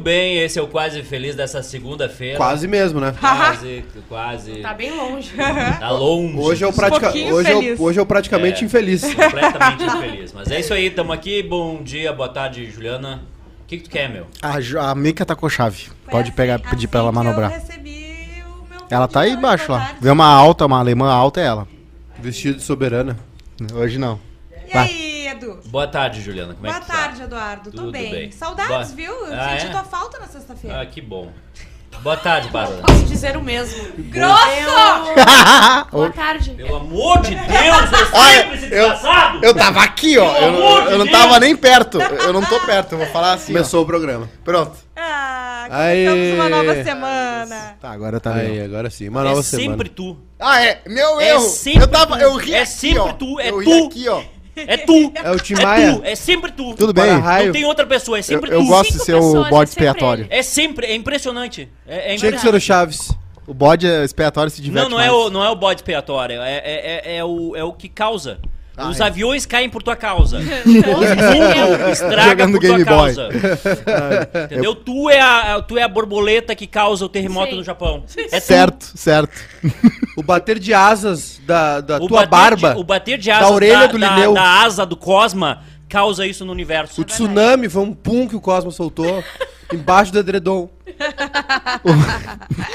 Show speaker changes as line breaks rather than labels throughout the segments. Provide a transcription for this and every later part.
bem, esse é o Quase Feliz dessa segunda-feira.
Quase mesmo, né?
Quase, quase.
Tá bem longe.
Tá longe.
Hoje eu,
disso.
pratica...
pouquinho
hoje eu,
feliz.
hoje eu praticamente
É.
infeliz.
Completamente infeliz. Mas é isso aí, tamo aqui. Bom dia, boa tarde, Juliana. O que, que tu quer, meu?
A, Ju- a Mica tá com chave.
Foi
Pode pegar,
assim-
pedir pra
assim
ela
que eu
manobrar.
recebi o meu
Ela tá aí
pedido
embaixo
hoje,
lá.
boa tarde.
Vê uma alta, uma alemã alta, é ela.
Vestido de soberana.
Hoje não.
E aí, Edu?
Boa tarde, Juliana. Como é
Boa
que tu
tarde,
tá?
Eduardo.
Tudo
Tô bem.
bem.
Saudades,
Boa-
viu? Eu
Ah,
senti
é?
tua falta na
Ah,
sexta-feira.
que bom. Boa tarde, Bárbara.
Posso dizer o mesmo.
Grosso!
Boa tarde.
Pelo amor de Deus, é sempre esse
eu-
desgraçado!
Eu tava aqui, ó.
Pelo amor
Eu,
de
eu não
Deus.
tava nem perto. Eu não tô perto, eu vou falar assim. ó.
Começou o programa.
Pronto.
Ah,
Aê.
começamos uma nova semana.
Tá, agora tá
Aí,
legal.
agora sim. Uma
É
nova
sempre
semana.
tu.
Ah, é. Meu
É
erro.
sempre
eu tava.
tu.
Eu ri
É
aqui,
sempre
ó.
tu, é
eu ri
tu.
aqui, ó.
É tu.
É o Tim
É tu,
Maia.
é sempre tu.
Tudo bem.
Para raio.
Não tem outra pessoa, é
Eu,
sempre
eu
tu.
gosto de
Cinco
ser o
pessoas,
bode
é sempre
expiatório.
É sempre, é impressionante. É, é
Tinha que ser o
impressionante.
Chaves.
O bode expiatório se diverte
Não, não é,
mais.
o, não é o bode expiatório, é, é, é, é o, é o que causa.
Ah,
Os
é.
aviões caem por tua causa.
Doze
Tu estraga
Jogando
por tua
Game Boy.
causa. Entendeu? Tu, é a, a- tu é a borboleta que causa o terremoto
Sim.
no Japão. É tu.
Certo, certo.
O bater de asas da, da
O
tua
bater
barba.
de- o bater de asas
orelha do
da,
Lineu.
da asa do Cosma causa isso no universo.
O tsunami foi um pum que o Cosmo soltou embaixo do edredom.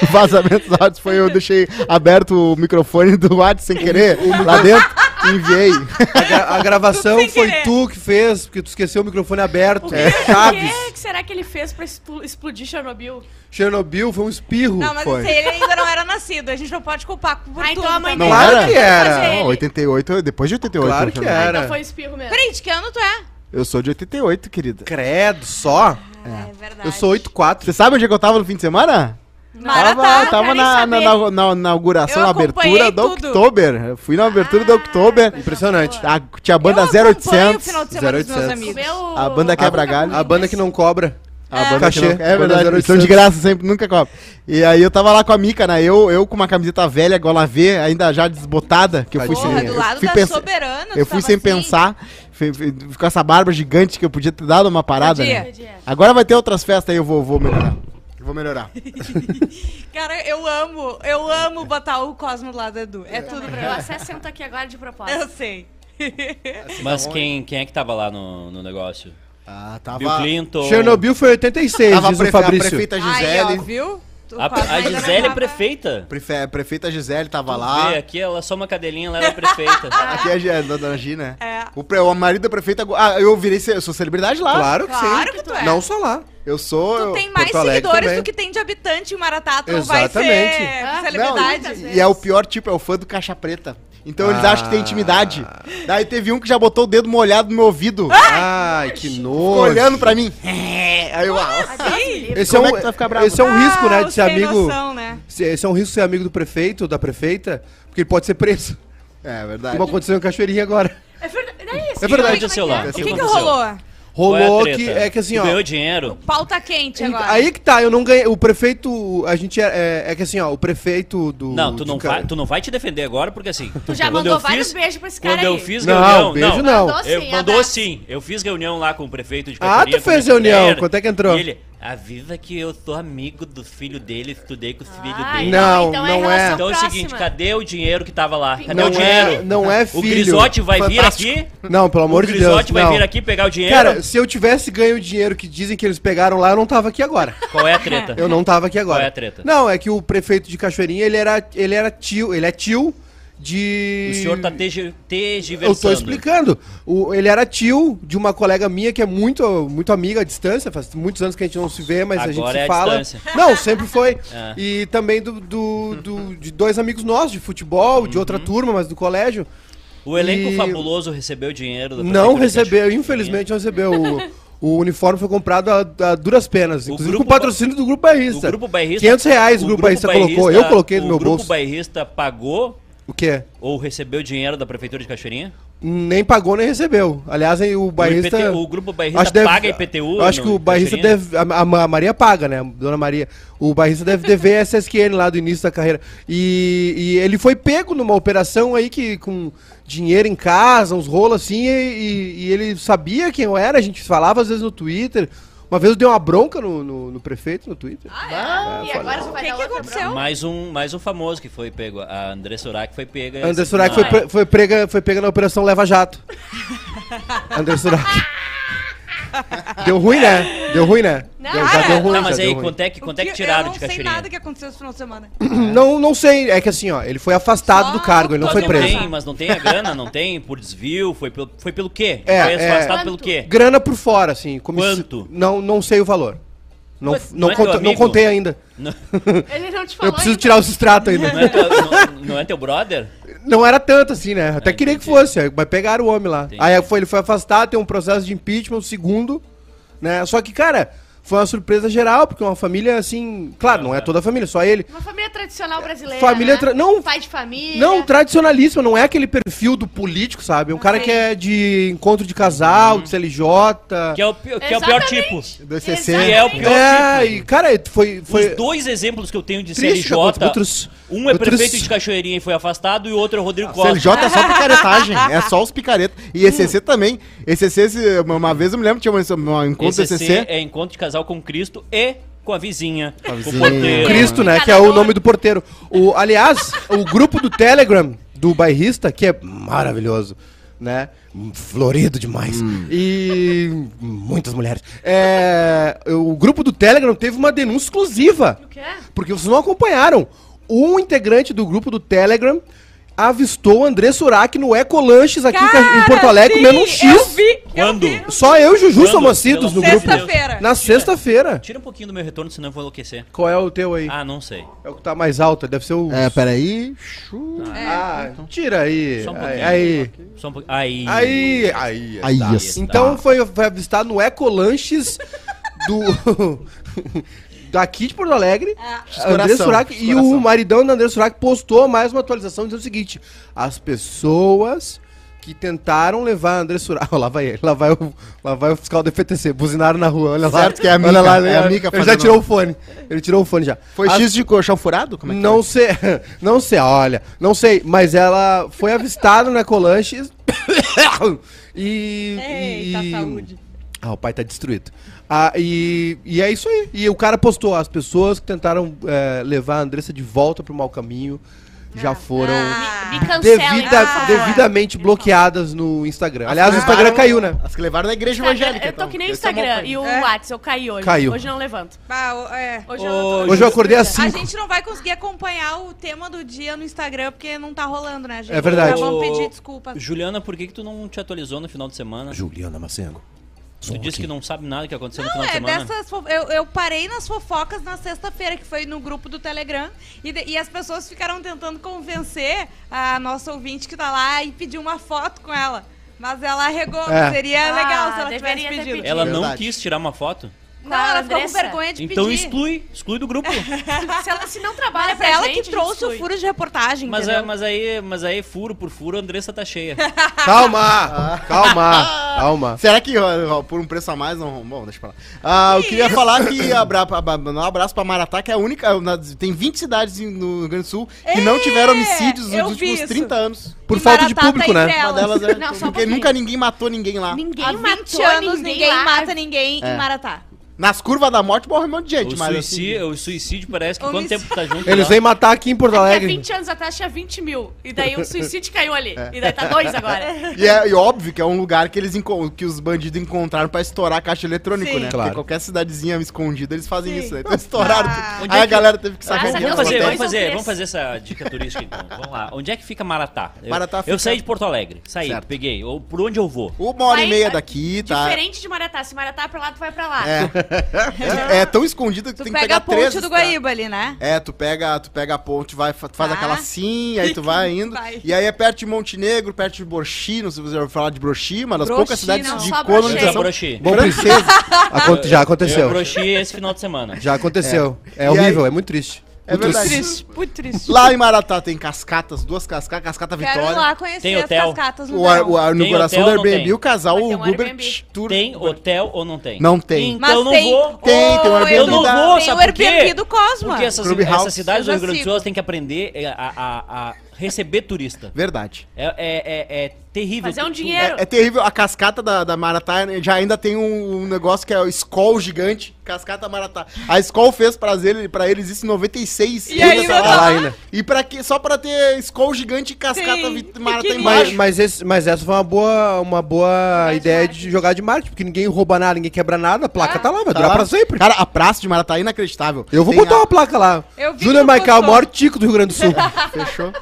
O vazamento dos áudios foi eu deixei aberto o microfone do WhatsApp sem querer, lá dentro, e enviei.
A, gra- a gravação
sem
foi
querer.
tu que fez, porque tu esqueceu o microfone aberto. É,
O que,
Chaves.
que será que ele fez pra expl- explodir Chernobyl?
Chernobyl foi um espirro.
Não, mas
Uh, Foi.
assim, ele ainda não era nascido. A gente não pode culpar por
Ah,
tudo.
então a mãe
também.
Não
dele- Claro
era?
que era.
É, Não, 88, depois de 88.
Claro
eu
que
já não-
era.
Então foi um espirro mesmo.
Peraí, de que ano tu é?
Eu sou de 88, querida.
Credo, só?
É, verdade.
Eu sou 8-4.
Você sabe onde é que eu tava no fim de semana?
Maratá.
tava tava
quero
na,
nem
na, na- na- na inauguração,
Eu
na abertura
acompanhei
do
tudo. Ah,
Oktober. Eu Fui na abertura do Oktober.
Impressionante.
A, tinha a banda
Eu acompanho o
0800.
final de semana dos meus
0800.
amigos.
Comeu...
A banda quebra galho.
A banda que não cobra.
A banda que
Cachê.
não- é verdade,
Banda
eles são
0800.
de graça sempre, nunca cobra. E aí eu tava lá com a Mica, né? Eu, eu com uma camiseta velha, gola V, ainda já desbotada, que eu fui
Tadinha.
Porra,
sem.
do
eu
lado
fui
da
pensa-
soberana. tu
Eu fui
tava
sem
assim.
pensar, fui- fui- com essa barba gigante que eu podia ter dado uma parada.
Podia.
né?
É.
Agora vai ter outras festas aí, eu vou, vou melhorar. Eu vou melhorar.
Cara, eu amo, eu amo botar o Cosmo do lado do Edu. É tudo pra
Eu até sento aqui agora de propósito.
Eu sei.
Mas quem, quem é que tava lá no, no negócio?
Ah, tava.
Bill Clinton.
Chernobyl foi 86,
Tava
diz
prefe-
o Fabrício.
a prefeita
Aí,
Gisele.
ó, viu? Tu
A,
quase
a
ainda não
Gisele é
tava-
prefeita.
prefe- a prefeita Gisele tava
Vê,
lá.
aqui ela é só uma cadelinha, ela é prefeita.
Aqui é a Gisele, da Dona Gina.
É.
O, pre- o marido da prefeita. Ah, eu virei. ce- Eu sou celebridade lá.
Claro que
Claro
sim.
que tu é.
Não só lá.
Eu sou.
Tu
eu-
tem mais
Porto Alegre
seguidores
também.
do que tem de habitante em Maratá, tu não vai
Exatamente.
ser
Ah,
celebridade.
Não,
às
e-
vezes.
e é o pior tipo, é o fã do caixa preta. Então eles
Ah.
acham que tem intimidade. Daí teve um que já botou o dedo molhado no meu ouvido,
Ah!
Ai, que nojo.
olhando pra mim. Aí eu, ah,
Sim.
Esse é,
Como
um,
é que tu vai ficar bravo?
esse é um risco,
Ah,
né,
o
de ser
sem
amigo...
noção, né?
se- Esse é um risco de ser amigo do prefeito, da prefeita, porque ele pode ser preso.
É verdade.
Como aconteceu em Cachoeirinha agora.
É verdade.
É verdade,
o
o celular.
O que, que
aconteceu?
rolou?
Rolou
Qual a
que
treta?
é que assim,
Tu
ó...
Ganhou dinheiro?
Pauta quente
Ent-
agora.
Aí que tá, eu não ganhei. O prefeito. A gente é, é, é que assim, ó, o prefeito do.
Não, tu
do
não,
ca-
vai, tu não vai te defender agora, porque assim.
Tu já
quando
mandou
eu
vários
fiz-
beijos pra esse cara
Quando
aí.
eu fiz
Não,
reunião.
beijo
não.
não.
Mandou
Eu,
sim,
mandou
abraço.
sim. Eu fiz reunião lá com o prefeito de
Ah,
Cachoeirinha.
tu
com
fez
o Mr.
reunião.
Freire.
Quanto é que entrou?
E ele, avisa que eu sou amigo do filho dele, estudei com os filhos
Ah,
dele.
Não. não é.
relação
Então é o
próxima.
seguinte, cadê o dinheiro que tava lá? Cadê
Não
o Tá dinheiro?
é, não é
O
filho.
Grisote vai
Fantástico.
vir aqui?
Não, pelo amor
o
de Deus.
Grisote vai
não.
vir aqui pegar o dinheiro?
Cara, se eu tivesse ganho o dinheiro que dizem que eles pegaram lá, eu não tava aqui agora.
Qual é a treta?
Eu não tava aqui agora.
Qual é a treta?
Não, é que o prefeito de Cachoeirinha, ele era, ele era tio, ele é tio de
O senhor tá te
Eu tô explicando. O, ele era tio de uma colega minha que é muito, muito amiga à distância. Faz muitos anos que a gente não se vê, mas a
Agora
gente se
é à
fala.
distância.
Não, sempre foi.
É.
E também do, do- do- de dois amigos nossos, de futebol, de
Uhum.
outra turma, mas do colégio.
O elenco
E-
fabuloso recebeu dinheiro da prefeitura
não
de
recebeu,
Cachoeirinha.
infelizmente não recebeu. O, o uniforme foi comprado a, a duras penas.
O
inclusive
grupo
com o patrocínio do Grupo Bairrista.
O grupo bairrista.
500 reais o, Grupo Bairrista colocou. Eu coloquei no meu
O
bolso.
grupo bairrista pagou
O quê?
ou recebeu dinheiro da prefeitura de Cachoeirinha?
Nem pagou nem recebeu. Aliás, aí o bairrista.
IPTU o grupo bairrista
acho que deve-
paga IPTU
Eu acho
no-
que o
em
bairrista
Cachoeirinha?
deve. A, a Ma- Maria paga, né? Dona Maria. O bairrista deve dever SSQN lá do início da carreira. E, e ele foi pego numa operação aí que com dinheiro em casa, uns rolos assim, e, e- e ele sabia quem eu era, a gente falava às vezes no Twitter. Uma vez eu dei uma bronca no, no- no prefeito, no Twitter.
Ah, e agora você
O
vai
que,
dar
que
outra
aconteceu?
Mais um, mais um famoso que foi pego. A Andressa Urach foi pega.
André Surak foi,
na-
pre- foi, prega, foi pega na Operação Leva Jato. André Surak. Deu ruim, né? Deu ruim, né?
Não,
deu, já
ah,
deu ruim,
Tá, mas
já deu
aí
ruim.
quanto é que,
O
quanto é que
eu
tiraram de
não sei
Caxirinha?
nada que aconteceu esse final de semana.
Não, não sei. É que assim, ó, ele foi afastado
Só
do cargo, ele não
Mas
foi
não
preso.
Tem, mas não tem a grana, não tem por desvio, foi pelo, foi pelo quê?
É,
foi
é.
afastado pelo quê?
Grana por fora, assim. comiss-
Quanto?
Não, não sei o valor. Não,
Mas
não,
não é teu
conta- não
amigo?
contei ainda.
Não,
Ele não te falou
Eu preciso
ainda.
tirar os extratos ainda.
não é teu, não- não é teu brother?
Não era tanto assim, né? Até
Ah,
queria que
entendi.
fosse, aí- mas pegaram o homem lá.
Entendi.
Aí foi, ele foi afastado, tem um processo de impeachment, o segundo, né? Só que, cara, foi uma surpresa geral, porque uma família assim. Claro, não é toda a família, só ele.
Uma família tradicional brasileira.
Família
né?
tra- não-
Pai de família.
Não, tradicionalíssimo, não é aquele perfil do político, sabe? É Um cara que é de encontro de casal, de CLJ.
Uhum. Que é o, pi- que é o pior tipo.
Exatamente.
Do CC.
Que é o pior
É,
tipo.
e, cara, foi.
Os
foi...
dois exemplos que eu tenho de
Triste,
CLJ,
Gabuto, outros-
um é
outros-
prefeito de Cachoeirinha e foi afastado, e o outro é o Rodrigo Costa.
CLJ é só picaretagem, é só os picaretas. E
Hum.
ECC também. ECC, esse- uma uma vez eu me lembro que tinha um um encontro do
Esse
ECC.
é encontro de casal com Cristo e com a vizinha. Com o
vizinha.
porteiro.
Cristo, né? Que é o nome do porteiro. O, aliás, o grupo do Telegram do bairrista, que é maravilhoso, né? Florido demais. E muitas mulheres. É, o grupo do Telegram teve uma denúncia exclusiva.
O quê?
Porque vocês não acompanharam. Um integrante do grupo do Telegram avistou o André Surak no Ecolanches aqui em Ca- em Porto Alegre
sim,
comendo um X.
Eu vi,
Quando?
eu vi.
Só eu e o Juju
Quando?
somos assíduos no
Pela
grupo.
sexta-feira.
Na sexta-feira.
Tira um pouquinho do meu retorno, senão eu vou enlouquecer.
Qual é o teu aí?
Ah, não sei.
É o que tá mais alto, deve ser o.
É, peraí. Chu.
Ah, tira aí.
É, então. Só um pouquinho.
aí.
Só um pouquinho. Aí.
Aí. Aí.
Aí,
tá.
yes.
Então foi, foi avistado no Ecolanches do. Daqui de Porto Alegre, André
Coração,
Surak e
coração.
o maridão da André Surak postou mais uma atualização dizendo o seguinte: as pessoas que tentaram levar André Surak. Ó, lá vai ele, lá vai, o, lá vai o fiscal do FTC, buzinaram na rua, olha lá.
Certo que é a
olha
Mica,
lá,
é a
olha lá.
Mica
Ele já
fazendo-
tirou o fone. Ele tirou o fone já.
Foi
As
X de colchão furado? Como é que
não sei, não sei, olha, não sei, mas ela foi avistada na Colanches e,
Eita,
e-
saúde.
Ah, o pai tá destruído. Ah, e, e é isso aí. E o cara postou, as pessoas que tentaram eh, levar a Andressa de volta pro mau caminho já foram
Ah.
Me cancela.
devida-
hein?
devidamente bloqueadas no Instagram. Aliás, o
Ah,
Instagram
não.
caiu, né?
As que levaram na igreja
Instagram,
evangélica.
Eu
então.
tô que nem o
Esse é o
Instagram
mau
e o
É.
WhatsApp. Eu caí hoje.
Caiu.
Hoje eu não levanto.
Ah, o- é.
Hoje eu não tô-
Hoje eu acordei às
A
5.
gente não vai conseguir acompanhar o tema do dia no Instagram, porque não tá rolando, né, gente?
É verdade.
Já vamos pedir
Ô,
desculpas.
Juliana, por que, que tu não te atualizou no final de semana?
Juliana Maceno.
tu disse que não sabe nada que aconteceu no
Não,
final de
é
semana.
dessas. fo- Eu, eu parei nas fofocas na sexta-feira, que foi no grupo do Telegram. E, de- e as pessoas ficaram tentando convencer a nossa ouvinte que tá lá e pedir uma foto com ela. Mas ela arregou.
É.
Seria
Ah,
legal se ela tivesse
deveria ter
pedido.
pedido.
Ela não
Verdade.
quis tirar uma foto?
Não, ela ficou com
Andressa.
vergonha de
Então
pedir.
exclui, exclui do grupo.
Se ela se não
Mas
trabalha
pra
pra
ela
gente,
que
a gente
trouxe o
exclui.
furo de reportagem.
Mas,
entendeu?
é- mas aí, mas aí furo por furo, a Andressa tá cheia.
Calma, calma, calma.
Ah.
Ah,
Será que ó, ó, por um preço a mais não. Bom, deixa pra lá. Ah, eu queria falar que abra, ab- ab- um abraço pra Maratá, que é a única. na- tem 20 cidades em- no Rio Grande do Sul
É,
que não tiveram homicídios
eu
nos
vi
últimos
isso.
30 anos.
Por
E
falta de
Maratá
público,
tá
né?
entre
Uma
elas.
delas é.
Não, só um
porque
pouquinho.
nunca ninguém matou ninguém lá.
Ninguém
Há 20
matou
anos ninguém,
ninguém, lá.
mata ninguém em Maratá.
Nas curvas da morte morre um monte de
O
gente, mas. assim,
suicídio, o suicídio parece que quanto
Homicídio.
tempo tá junto?
Eles
lá?
vêm matar aqui em Porto
é
Até
Alegre.
20 anos atrás tinha 20 mil. E daí o suicídio caiu ali. E daí tá dois agora.
E é e óbvio que é um lugar que eles enco- que os bandidos encontraram pra estourar caixa eletrônico,
Sim.
né?
Claro.
Porque qualquer cidadezinha escondida eles fazem
Sim.
isso, né? Então estouraram.
Ah.
tudo.
Onde é
Aí a
que-
galera teve que
Graças
sacar
a
Vamos
Deus,
fazer,
dois
vamos
ou
fazer,
três.
vamos fazer essa dica turística então. Vamos lá. Onde é que fica Maratá? Eu,
Maratá
eu
fica-
saí de Porto Alegre, saí,
Certo.
peguei. Ou por onde eu vou?
Uma hora e
Vai-
meia daqui, tá?
Diferente de Maratá. Se Maratá é pra lá, tu vai pra lá.
É, é tão escondida que
né? Tu
tem que
pega
pegar
a ponte
três.
do
tá?
Guaíba ali, né?
É, tu pega, tu pega a ponte, vai, fa- tu faz
Tá.
aquela assim, aí tu vai indo.
Vai.
E aí é perto de Montenegro, perto de Borchi, não sei se você ouviu falar de Borchi, uma das
Broxi,
poucas cidades
não,
de
Onde
só
eu
Broxi.
colonização.
brochei?
Bom princesa. Acon- já aconteceu.
Eu brochei esse final de semana.
Já aconteceu. É,
E
horrível,
aí-
é muito triste.
É
Muito
verdade.
Triste, muito triste.
Lá em Maratá tem cascatas, duas cascatas, cascata
Quero ir
Vitória.
lá conhecer
Tem
as
hotel?
cascatas no
O, ar-
verão.
o, ar- no
Tem
coração
hotel
do
ou não tem?
Airbnb, o casal,
Vai ter um
o Gilbert
Airbnb.
Tur-
Tem hotel ou não tem?
Não tem.
Então eu não vou.
Tem, tem o
Ô,
Airbnb
Eu não
da-
vou,
Tem o
sabe por quê?
Airbnb do Cosma.
Porque essas,
Clubhouse.
essas cidades do
Eu já
Rio Grande do Sul
sigo.
elas têm que aprender eh, é, a, a- a receber turista.
Verdade.
É, é, é, é terrível.
Mas é um
Tu- tu-
dinheiro.
É, é terrível, a cascata da, da Maratá né, já ainda tem um, um negócio que é o Skol gigante, cascata Maratá. A Skol fez prazer pra eles isso em 96.
E ainda
sei lá.
tá lá
ainda.
E pra que, só pra ter Skol gigante e cascata
Sim,
vit-
que
Maratá
querido.
Mas,
embaixo.
mas, esse- mas essa foi uma boa, uma boa
de
ideia de,
marketing.
jogar de marketing, porque ninguém rouba nada, ninguém quebra nada, a placa
Ah,
tá lá, vai
Tá
durar
lá?
pra sempre.
Cara, a praça de Maratá é inacreditável.
Eu vou
Tem
botar
a-
uma placa lá.
Eu vi
Júnior
que tu
Maiká, o
postou.
maior tico do Rio Grande do Sul.
Fechou?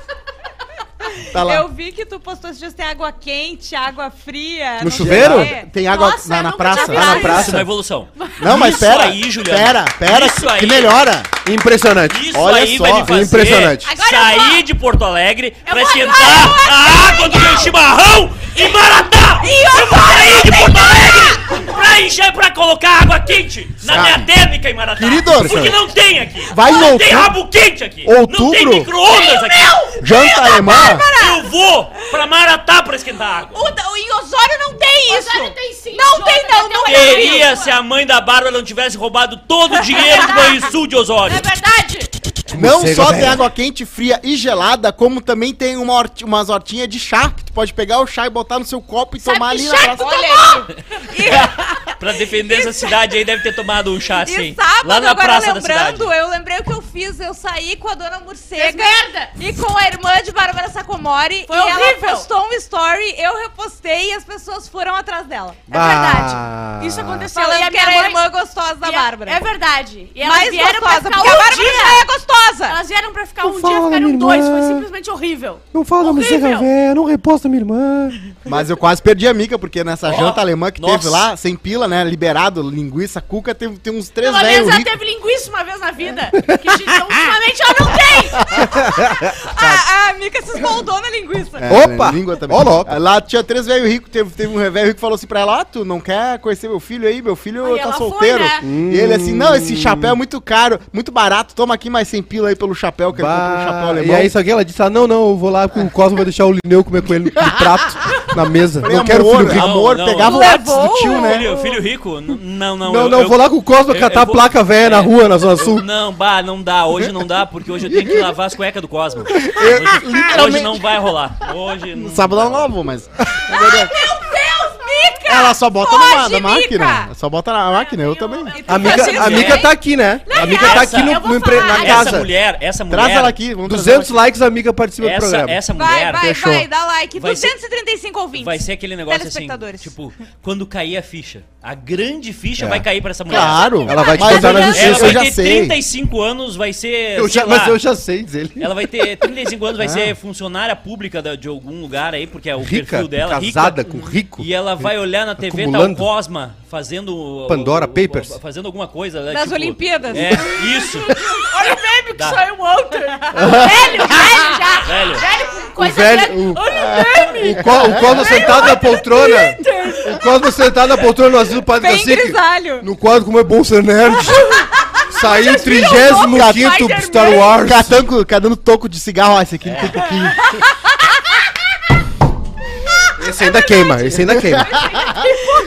Tá lá.
Eu vi que tu postou se tem água quente, água fria.
No
não
chuveiro?
sei o quê.
Tem água
É. Nossa,
na,
eu
na
nunca
praça?
tinha
Ah,
na praça?
Isso é uma evolução.
Não, mas
Isso
pera.
aí, Juliano.
Pera, pera,
Isso
que,
aí.
que melhora.
Impressionante.
Isso
Olha
aí
só,
vai me fazer
impressionante.
Agora sair eu vou. de Porto Alegre pra
vou
esquentar a água do meu chimarrão em Maratá! eu vou sair de Porto Alegre pra encher, pra colocar água quente na
Sabe.
minha térmica em Maratá!
Querido,
porque
Alfredo,
não tem aqui!
vai em
não tem
outubro-
rabo quente aqui! Não tem
outubro-
micro-ondas aqui!
Janta alemã?
Eu vou pra Maratá pra esquentar a água!
O, da- o, em Osório não tem isso.
Osório tem sim,
Não
Osório
tem, não.
tem
Não
uma
é
Teria se a mãe da Bárbara não tivesse roubado todo o dinheiro do Banrisul de Osório!
É verdade?
Não
Morcego, é
só tem
velho.
água quente, fria e gelada, como também tem uma horti- umas hortinhas de chá, que tu pode pegar o chá e botar no seu copo e tomar ali
que
na
é
chá
praça.
Olha aí.
Pra defender essa cidade aí deve ter tomado um chá assim.
E sábado,
lá na
agora
praça da cidade.
lembrando, eu lembrei o que eu fiz. Eu saí com a dona Morcega
Fez merda.
e com a irmã de Bárbara Sacomori.
Foi
e
horrível.
ela postou um story, eu repostei e as pessoas foram atrás dela.
É verdade. Isso aconteceu.
Falando
E a
que
minha
era a
mãe-
irmã gostosa da
e a-
Bárbara.
É verdade. E elas
mais
vieram pra
gostosa,
ficar
porque a
um
Bárbara já
dia.
é gostosa.
Elas vieram pra ficar
Não
um dia,
fala,
ficaram
minha
dois.
irmã.
Foi simplesmente horrível.
Não fala da
Horrível.
morcega velha, é, não reposta minha irmã.
Mas eu quase perdi a mica, porque nessa janta alemã que
nossa.
teve lá, sem pila, né? Liberado, linguiça, cuca, tem, tem uns três
Pelo
velhos
menos ela
ricos.
teve linguiça uma vez na vida. Que então, ultimamente ela não Ah, tem.
A, a Mica se esmoldou na linguiça.
É,
Opa!
né, Língua também.
Ó, louco.
Lá tinha três velhos ricos, teve, teve um velho rico que falou assim pra ela, ah, tu não quer conhecer meu filho aí? Meu filho
Aí
tá
ela foi,
solteiro.
né?
E ele assim, não, esse chapéu é muito caro, muito barato, toma aqui mais 100 pila aí pelo chapéu, que ele comprou um chapéu
Bah, e
alemão.
aí, só que ela disse: ah, não, não, eu vou lá com o Cosmo, vai deixar o Lineu comer com ele no prato, na mesa.
Falei,
Não quero filho
amor,
rico.
amor,
Não, não,
pegava
não.
o lápis do
Levou
tio, né?
Filho, filho rico? N- Não, não.
Não,
eu-
não,
eu-
vou lá com o Cosmo
eu-
catar
eu vou- É.
placa velha na rua, na Zona Sul.
Não, bah, não dá. Hoje não dá, porque hoje eu tenho que lavar as cuecas do Cosmo. Hoje, hoje não vai rolar. Hoje não.
Sábado ela
vai rolar.
não vou, mas.
Deus, Mica!
Ela só bota
Foge,
na, na máquina.
Mica!
Só bota na máquina, eu
tenho-
também.
eu tenho
A
fazer
Mica, a
isso,
Mica
né?
tá aqui, né? a Mica
essa-
tá aqui
eu
no,
vou
no empre-
falar.
na
Essa
casa.
mulher, essa mulher.
Traz ela aqui, vamos trazer ela
200 likes, a Mica participa do
Essa,
programa.
essa
Vai,
mulher
vai,
fechou.
vai, dá like.
Vai ser-
235 ouvintes.
vai ser aquele negócio assim.
Telespectadores.
Tipo, quando cair a ficha, a grande
É.
ficha vai cair pra essa mulher.
Claro.
Ela vai te
Mas
botar
eu
na
já-
Ela
justiça.
Eu
vai
já
ter
sei.
35 anos, vai ser.
Eu
é, sei
já, mas
lá, É,
eu já sei, Ah. diz ele.
Ela vai ter 35 anos, vai ser funcionária pública da- de algum lugar aí, porque é o
Rica,
perfil dela.
casada
rica,
com rico.
E ela vai olhar na TV,
Tipo, Acumulando.
tá o Cosma fazendo. o-
Pandora
o- o-
Papers.
Fazendo alguma coisa. né,
Das Olimpíadas.
É, isso.
Olha o meme que
Dá.
saiu ontem. velho, velho já.
Velho.
Velho com coisa
velho-
velho.
o-
Olha o meme.
O, co o Cosmo sentado na poltrona. O Cosmo sentado na poltrona no asilo do Padre
Bem
Cacique.
grisalho.
No quadro como é bom ser nerd. Saiu o
o nome
35
do
Star Wars.
Catanco, dando toco de cigarro, ó, esse aqui não tem pouquinho.
Esse ainda queima, esse ainda queima.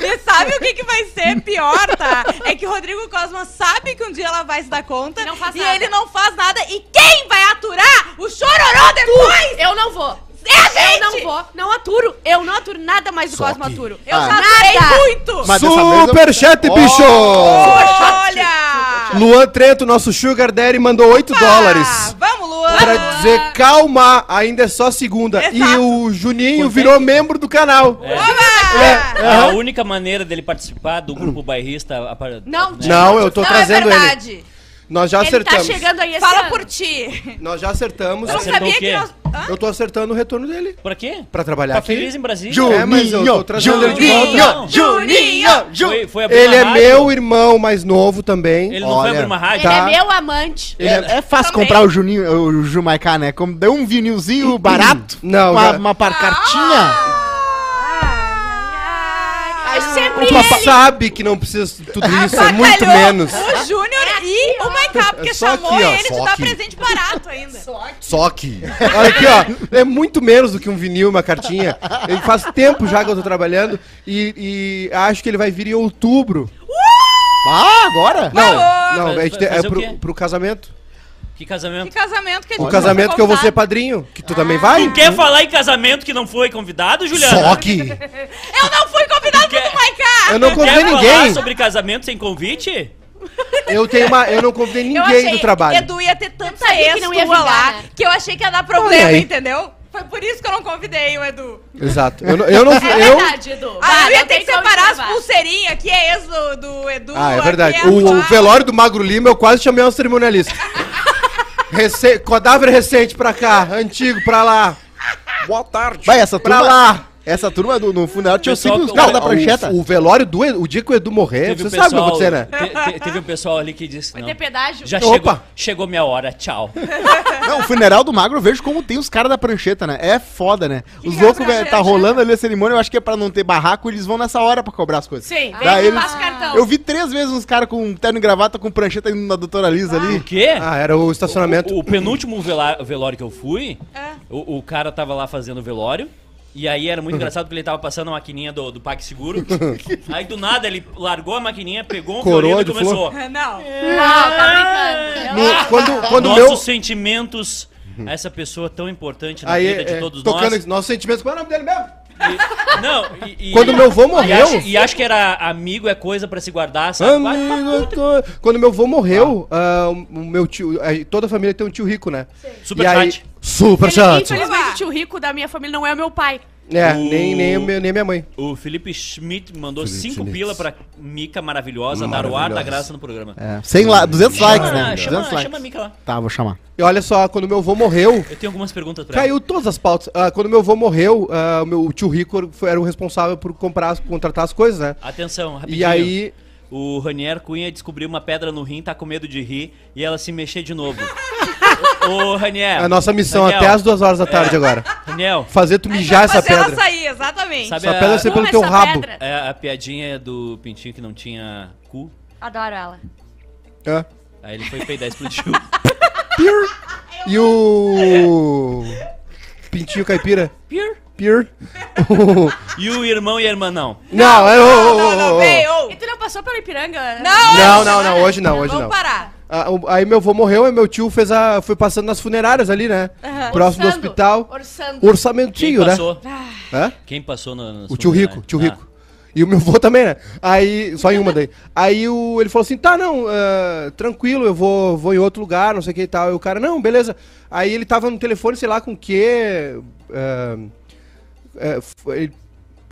E sabe o que, que vai ser pior, tá? É que o Rodrigo Cosma sabe que um dia ela vai se dar conta.
E não faz
e
nada.
ele não faz nada. E quem vai aturar o chororô depois?
Eu não vou.
É a gente!
Eu não vou. Não aturo. Eu não aturo nada mais do
Só
Cosmo
que- Ah.
aturo. Eu
Eu já
já
aturei
nada.
muito!
Mas dessa vez eu-
Superchat,
Oh!
bicho!
Olha!
Ah. Luan Trento, nosso sugar daddy, mandou 8 dólares.
Ah, vamos, Luan!
Pra dizer, calma, ainda é só segunda. E
Exato.
o Juninho
Quanto é
virou membro do canal. É,
Oba!
A única maneira dele participar do grupo bairrista. a par-
Não,
né?
Não, eu tô trazendo
é
ele.
verdade.
Nós já
Ele tá
acertamos.
chegando aí esse
Fala
ano.
por ti.
Nós já acertamos.
Eu não
Acertou
sabia
o quê?
que nós... Hã?
Eu tô acertando o retorno dele.
Pra quê?
Pra trabalhar
Tá
aqui.
feliz em Brasília?
É, mas eu tô trazendo ele de
volta.
Juninho, Ju-
Foi, foi abrir
Ele
uma
é
rádio?
meu irmão mais novo também.
Ele não foi
Olha.
abrir uma
Ele
rádio?
Tá.
é meu amante.
Ele é-
É, é fácil
Também.
comprar o Juninho, o Jumaicá, né? Como deu um vinilzinho barato,
Não, Ah!
uma,
já-
uma par- cartinha.
Ah.
É sempre
Tu
ele.
sabe que não precisa de tudo isso, é muito
Batalhou
menos.
O
É
Júnior e o Maiká, porque
É só
chamou
aqui, ó,
ele
só
de dar
aqui.
presente barato ainda.
Só que. Olha aqui, ó. É muito menos do que um vinil, uma cartinha. Ele faz tempo já que eu tô trabalhando e, e acho que ele vai vir em outubro.
Ah, agora?
Não,
Vai,
não,
Vai
a gente tem- é
fazer o
pro,
quê?
pro casamento.
Que
Que
casamento?
casamento que a gente
O
não
casamento
foi
que eu vou ser
convidado.
padrinho, que tu também vai?
Tu quer falar em casamento que não foi convidado, Juliana?
Só que
Eu não fui convidado
Quer-
pro Maiká!
eu não
Tu quer
convidei
falar
ninguém.
sobre casamento sem convite?
Eu tenho uma, eu não convidei
Eu
ninguém
achei
do trabalho.
que Edu ia ter tanta
sabia que
ex
não ia
tua
vingar,
lá
né?
que eu achei que ia dar problema,
Olha aí.
entendeu? Foi por isso que eu não convidei o Edu.
Exato. Eu, não- eu não
É
eu
verdade, Edu.
Ah, eu ia
não
ter
tem
que
como
separar as
desculpar.
pulseirinhas, que é ex do, do Edu.
Ah, é
aqui
verdade.
a
O, o
tua.
velório do Magro Lima eu quase chamei um cerimonialista. Rece... Cadáver recente pra cá, antigo pra lá.
Boa tarde.
Vai, essa
Pra
turma.
lá.
Essa turma do, no funeral tinha
Pessoal,
sempre os
o-
caras da
o-
prancheta.
Ah, O, o velório do Edu, o dia que o Edu morrer, É, você
um
sabe o que vai acontecer, né?
te- te- teve um pessoal ali que disse
Vai
não.
ter pedágio.
Já
Opa.
chegou, chegou minha hora, tchau.
Não, o funeral do magro eu vejo como tem os caras da prancheta, né? É foda, né? os
que é
loucos,
os caras
velho,
da
tá
né?
prancheta?
rolando ali a cerimônia, eu acho que é pra não ter barraco, eles vão nessa hora pra cobrar as coisas.
é
Sim,
Ah,
vem
Daí
aqui,
eles-
passa o cartão.
Eu vi três vezes uns caras com terno e gravata com prancheta indo na doutora Lisa
O
ali.
quê?
Ah, era o estacionamento.
O, o penúltimo vela- velório que eu fui, o, o cara tava lá fazendo velório. E aí era muito engraçado porque ele tava passando a maquininha do, do PagSeguro. aí do nada ele largou a maquininha, pegou um
Coroa
violino e
de
começou.
É, Não.
Não, tá brincando.
No- quando quando o
Nossos
meu. Uhum.
sentimentos a essa pessoa tão importante na
Aí,
vida de
é,
todos
tocando
nós.
esse- nossos sentimentos. Qual é o nome dele mesmo?
E- não, e, e-
Quando meu vô
e
morreu.
acho, e acho que era amigo é coisa pra se guardar, sabe? Vai-
Amigo, tô- Quando meu vô morreu, ah, o meu tio. aí Toda a família tem um tio rico, né?
Super
E aí-
chat.
Super
Infeliz-
chat.
Infelizmente, o tio rico da minha família não é o meu pai.
É,
O-
nem, nem, o meu- nem minha mãe.
O Felipe Schmidt mandou
Felipe
cinco
Schmidt.
pila pra Mica maravilhosa, dar o ar da graça no programa.
É, 100 la 200 likes,
Chama-
né?
chama,
200 likes.
chama a Mica lá.
Tá, vou chamar.
E olha só, quando meu avô morreu,
Eu tenho algumas perguntas pra
caiu todas as pautas. Ah, quando meu avô morreu, ah, o meu tio Rico foi- era o responsável por comprar, as- contratar as coisas, né?
ela. Atenção, rapidinho.
E aí,
O Ranier Cunha descobriu uma pedra no rim, tá com medo de rir e ela se mexer de novo. Ô, Ranier.
É a nossa missão
Daniel. É.
até as duas horas da tarde agora.
Raniel,
Fazer tu mijar essa
fazer ela
pedra.
sair, exatamente.
sabe
Essa pedra
a,
você pelo
Uma
teu
essa
rabo.
pedra.
é a piadinha do pintinho que não tinha cu?
Adoro ela.
Hã?
Aí ele foi peidar e explodiu.
E o. Pintinho caipira?
Pior.
Pier?
E o irmão e a irmã não.
não, é. ô, ô,
Não,
ô,
não,
ô.
vem, ô.
E tu não passou pela Ipiranga?
Não,
Não, não, não, hoje não, hoje
Vamos
não.
parar.
Ah, o- Aí meu avô morreu e meu tio fez a. foi passando nas funerárias ali, né? Próximo do
Orçando,
hospital.
Orçando.
Quem
Orçamentinho, né?
passou?
Hã?
Quem passou no, Ah. no
O tio
É,
Rico, tio Rico. E o meu avô também, né? Aí, só em uma daí. Aí o, ele falou assim, tá, não, ah, tranquilo, eu vou, vou em outro lugar, não sei o que e tal. E o cara, não, beleza. Aí ele tava no telefone, sei lá com o quê. ah, é, f- ele-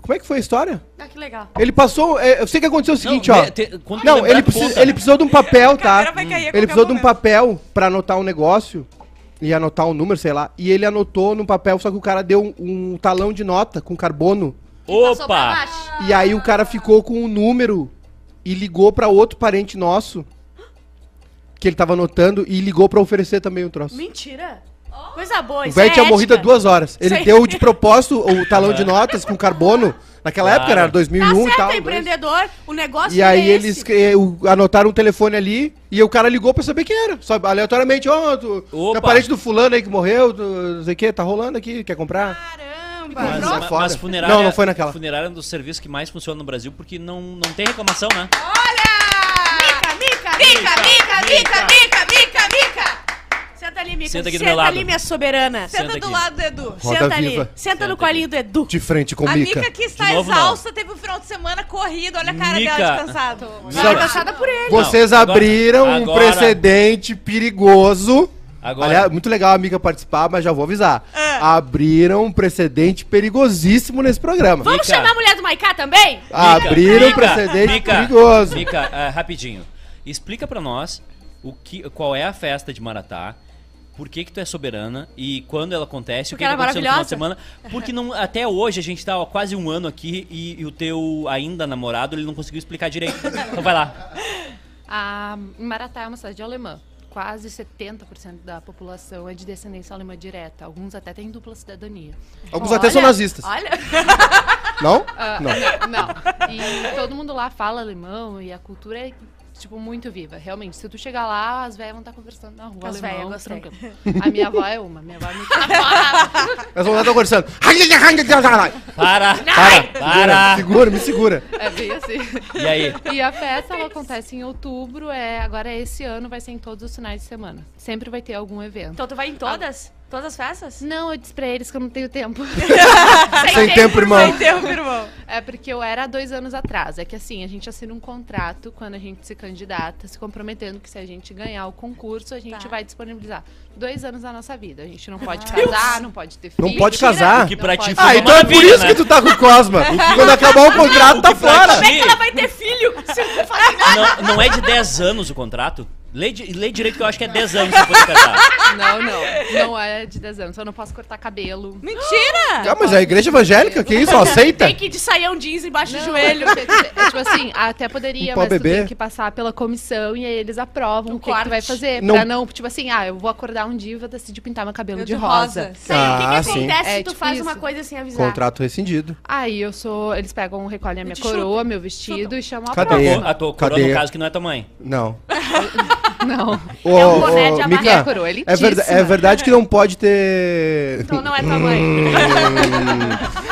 como é que foi a história?
Ah, que legal.
Ele passou, é, eu sei que aconteceu o seguinte, ó. Não,
não,
ele, precisa, ele precisou de um papel, tá?
cadeira vai cair a
Ele
qualquer
precisou de um
momento.
papel pra anotar um negócio e anotar um número, sei lá. E ele anotou num papel, só que o cara deu um, um talão de nota com carbono.
Passou pra
Opa!
baixo.
E aí o cara ficou com um número e ligou pra outro parente nosso que ele tava anotando e ligou pra oferecer também o troço.
Mentira. Coisa boa,
O
isso
velho
é
tinha
ética.
morrido há duas horas. Ele
Isso aí.
deu de propósito o talão de notas com carbono. Naquela
Claro.
época era
Tá
2001
certo,
e tal. dois.
empreendedor, o negócio
E aí
é
eles
esse.
eh, o- anotaram um telefone ali e o cara ligou pra saber quem era. Só aleatoriamente, ó, tu, tu
Opa.
é parente do fulano aí que morreu, tu, não sei o que, tá rolando aqui, quer comprar?
Caramba.
Mas-
Pronto.
fora. Não, não foi naquela.
Funerária é um dos serviços que mais funciona no Brasil porque não, não tem reclamação, né?
Olha!
Mica, mica,
Mica, mica, mica, mica, mica, mica.
Senta ali, Mica.
Senta aqui do
Senta
meu lado.
ali, minha soberana.
Senta
Senta do
aqui.
lado do Edu.
Roda
Senta ali.
viva.
Senta, no colinho do Edu.
De frente com
A Mica
Mica.
que está
De novo, não.
exausta teve um final de semana corrido. Olha a cara dela
Mica.
descansada.
Ela é cansada por ele.
Vocês
Não, agora-
abriram um
agora-
precedente perigoso.
Agora-
Aliás, muito legal a Mica participar, mas já vou avisar.
É.
Abriram um precedente perigosíssimo nesse programa.
Vamos
Mica.
chamar a mulher do Maiká também?
Abriram um
Mica,
precedente
Mica,
perigoso.
Mica, ah, rapidinho. Explica pra nós o que, qual é a festa de Maratá. Por que, que tu é soberana e quando ela acontece,
Porque
o que,
ela
que
é
aconteceu no final de semana?
maravilhosa.
Porque não, até hoje a gente tá ó, quase um ano aqui e, e o teu ainda namorado ele não conseguiu explicar direito. Então vai lá.
A Maratá é uma cidade alemã. Quase 70% da população é de descendência alemã direta. Alguns até têm dupla cidadania.
Alguns até são
Olha,
nazistas.
Olha,
Não?
Ah,
Não.
não. E todo mundo lá fala alemão e a cultura é Tipo, muito viva, realmente. Se tu chegar lá, as velhas vão estar conversando na rua.
As
alemão,
véias, gostei.
tranquilo. A minha avó é uma, minha avó é muito
Mas vamos lá, tô conversando.
Para! Para! Para!
Segura, me segura.
É bem assim.
E aí?
E a festa, ela acontece em outubro, é, agora esse ano vai ser em todos os finais de semana. Sempre vai ter algum evento.
Então tu vai em todas? Todas as festas?
Não, eu disse pra eles que eu não tenho tempo.
é
Sem tempo, irmão.
Sem tempo, irmão.
É porque eu era há dois anos atrás. É que assim, a gente assina um contrato quando a gente se candidata, se comprometendo que se a gente ganhar o concurso, a gente
Tá. Ah.
vai disponibilizar dois anos da nossa vida. A gente não pode casar, não pode ter filho.
Não pode casar?
O que pra ti
pode.
foi
Ah,
uma
então é por
maravilha,
isso
né?
que tu tá com o Cosma. Quando acabar o contrato, tá
O que pra
fora.
ti-
Como é que ela vai ter filho se não faz nada?
Não, não é de 10 anos o contrato? Lei, de- lei direito que eu acho que é 10 anos se for casar.
Não, não. Não é de 10 anos. Eu não posso cortar cabelo.
Ah, mas é a igreja evangélica, que isso? Aceita?
Tem é que ir de saião jeans embaixo do
Não,
joelho.
porque, tipo assim, até
Não
poderia,
pode
mas tu
beber.
tem que passar pela comissão e aí eles aprovam o que, é que
Um corte.
tu vai fazer.
Não-
Pra não, tipo assim, ah, eu vou acordar um dia e vou decidir pintar meu cabelo
Tá
de rosa.
Sei, o que, que
Ah, sim.
acontece
É,
se tu
tipo
faz
isso.
uma coisa sem avisar?
Contrato rescindido.
Aí eu sou. Eles pegam, recolhem a minha
te
coroa, meu vestido e chamam a
Cadê?
prova.
A tua coroa,
Cadê?
no caso, que não é tua mãe.
Não.
Não.
Ô,
um boné de
ô,
amarrar.
Mika,
É a coroa, é
é, verda-
lindíssima.
é verdade que não pode ter... Hum,
Então não é tua mãe.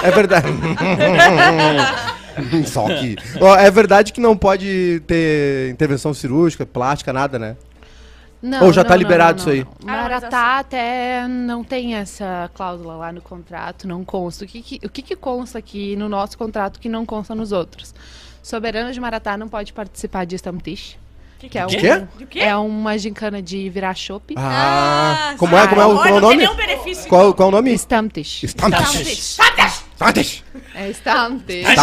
É verdade... Só que... Ó, é verdade que não pode ter intervenção cirúrgica, plástica, nada, né?
Não,
Ou já
não,
tá
não,
liberado
não,
isso
Ah,
não,
aí?
não. Maratá até não tem essa cláusula lá no contrato, não consta. O que, que- o que, que consta aqui no nosso contrato que não consta nos outros? Soberana de Maratá não pode participar de estamtiche. Que, é,
que é?
um,
De quê?
é uma gincana de virar chope.
Ah,
Ah,
como é, como é, o-
Amor,
como é o
não
nome?
tem nenhum benefício.
Qual, é qual é o nome?
Estamtiche.
Stantes. Stantes.
É estamtiche.
Tá um teste.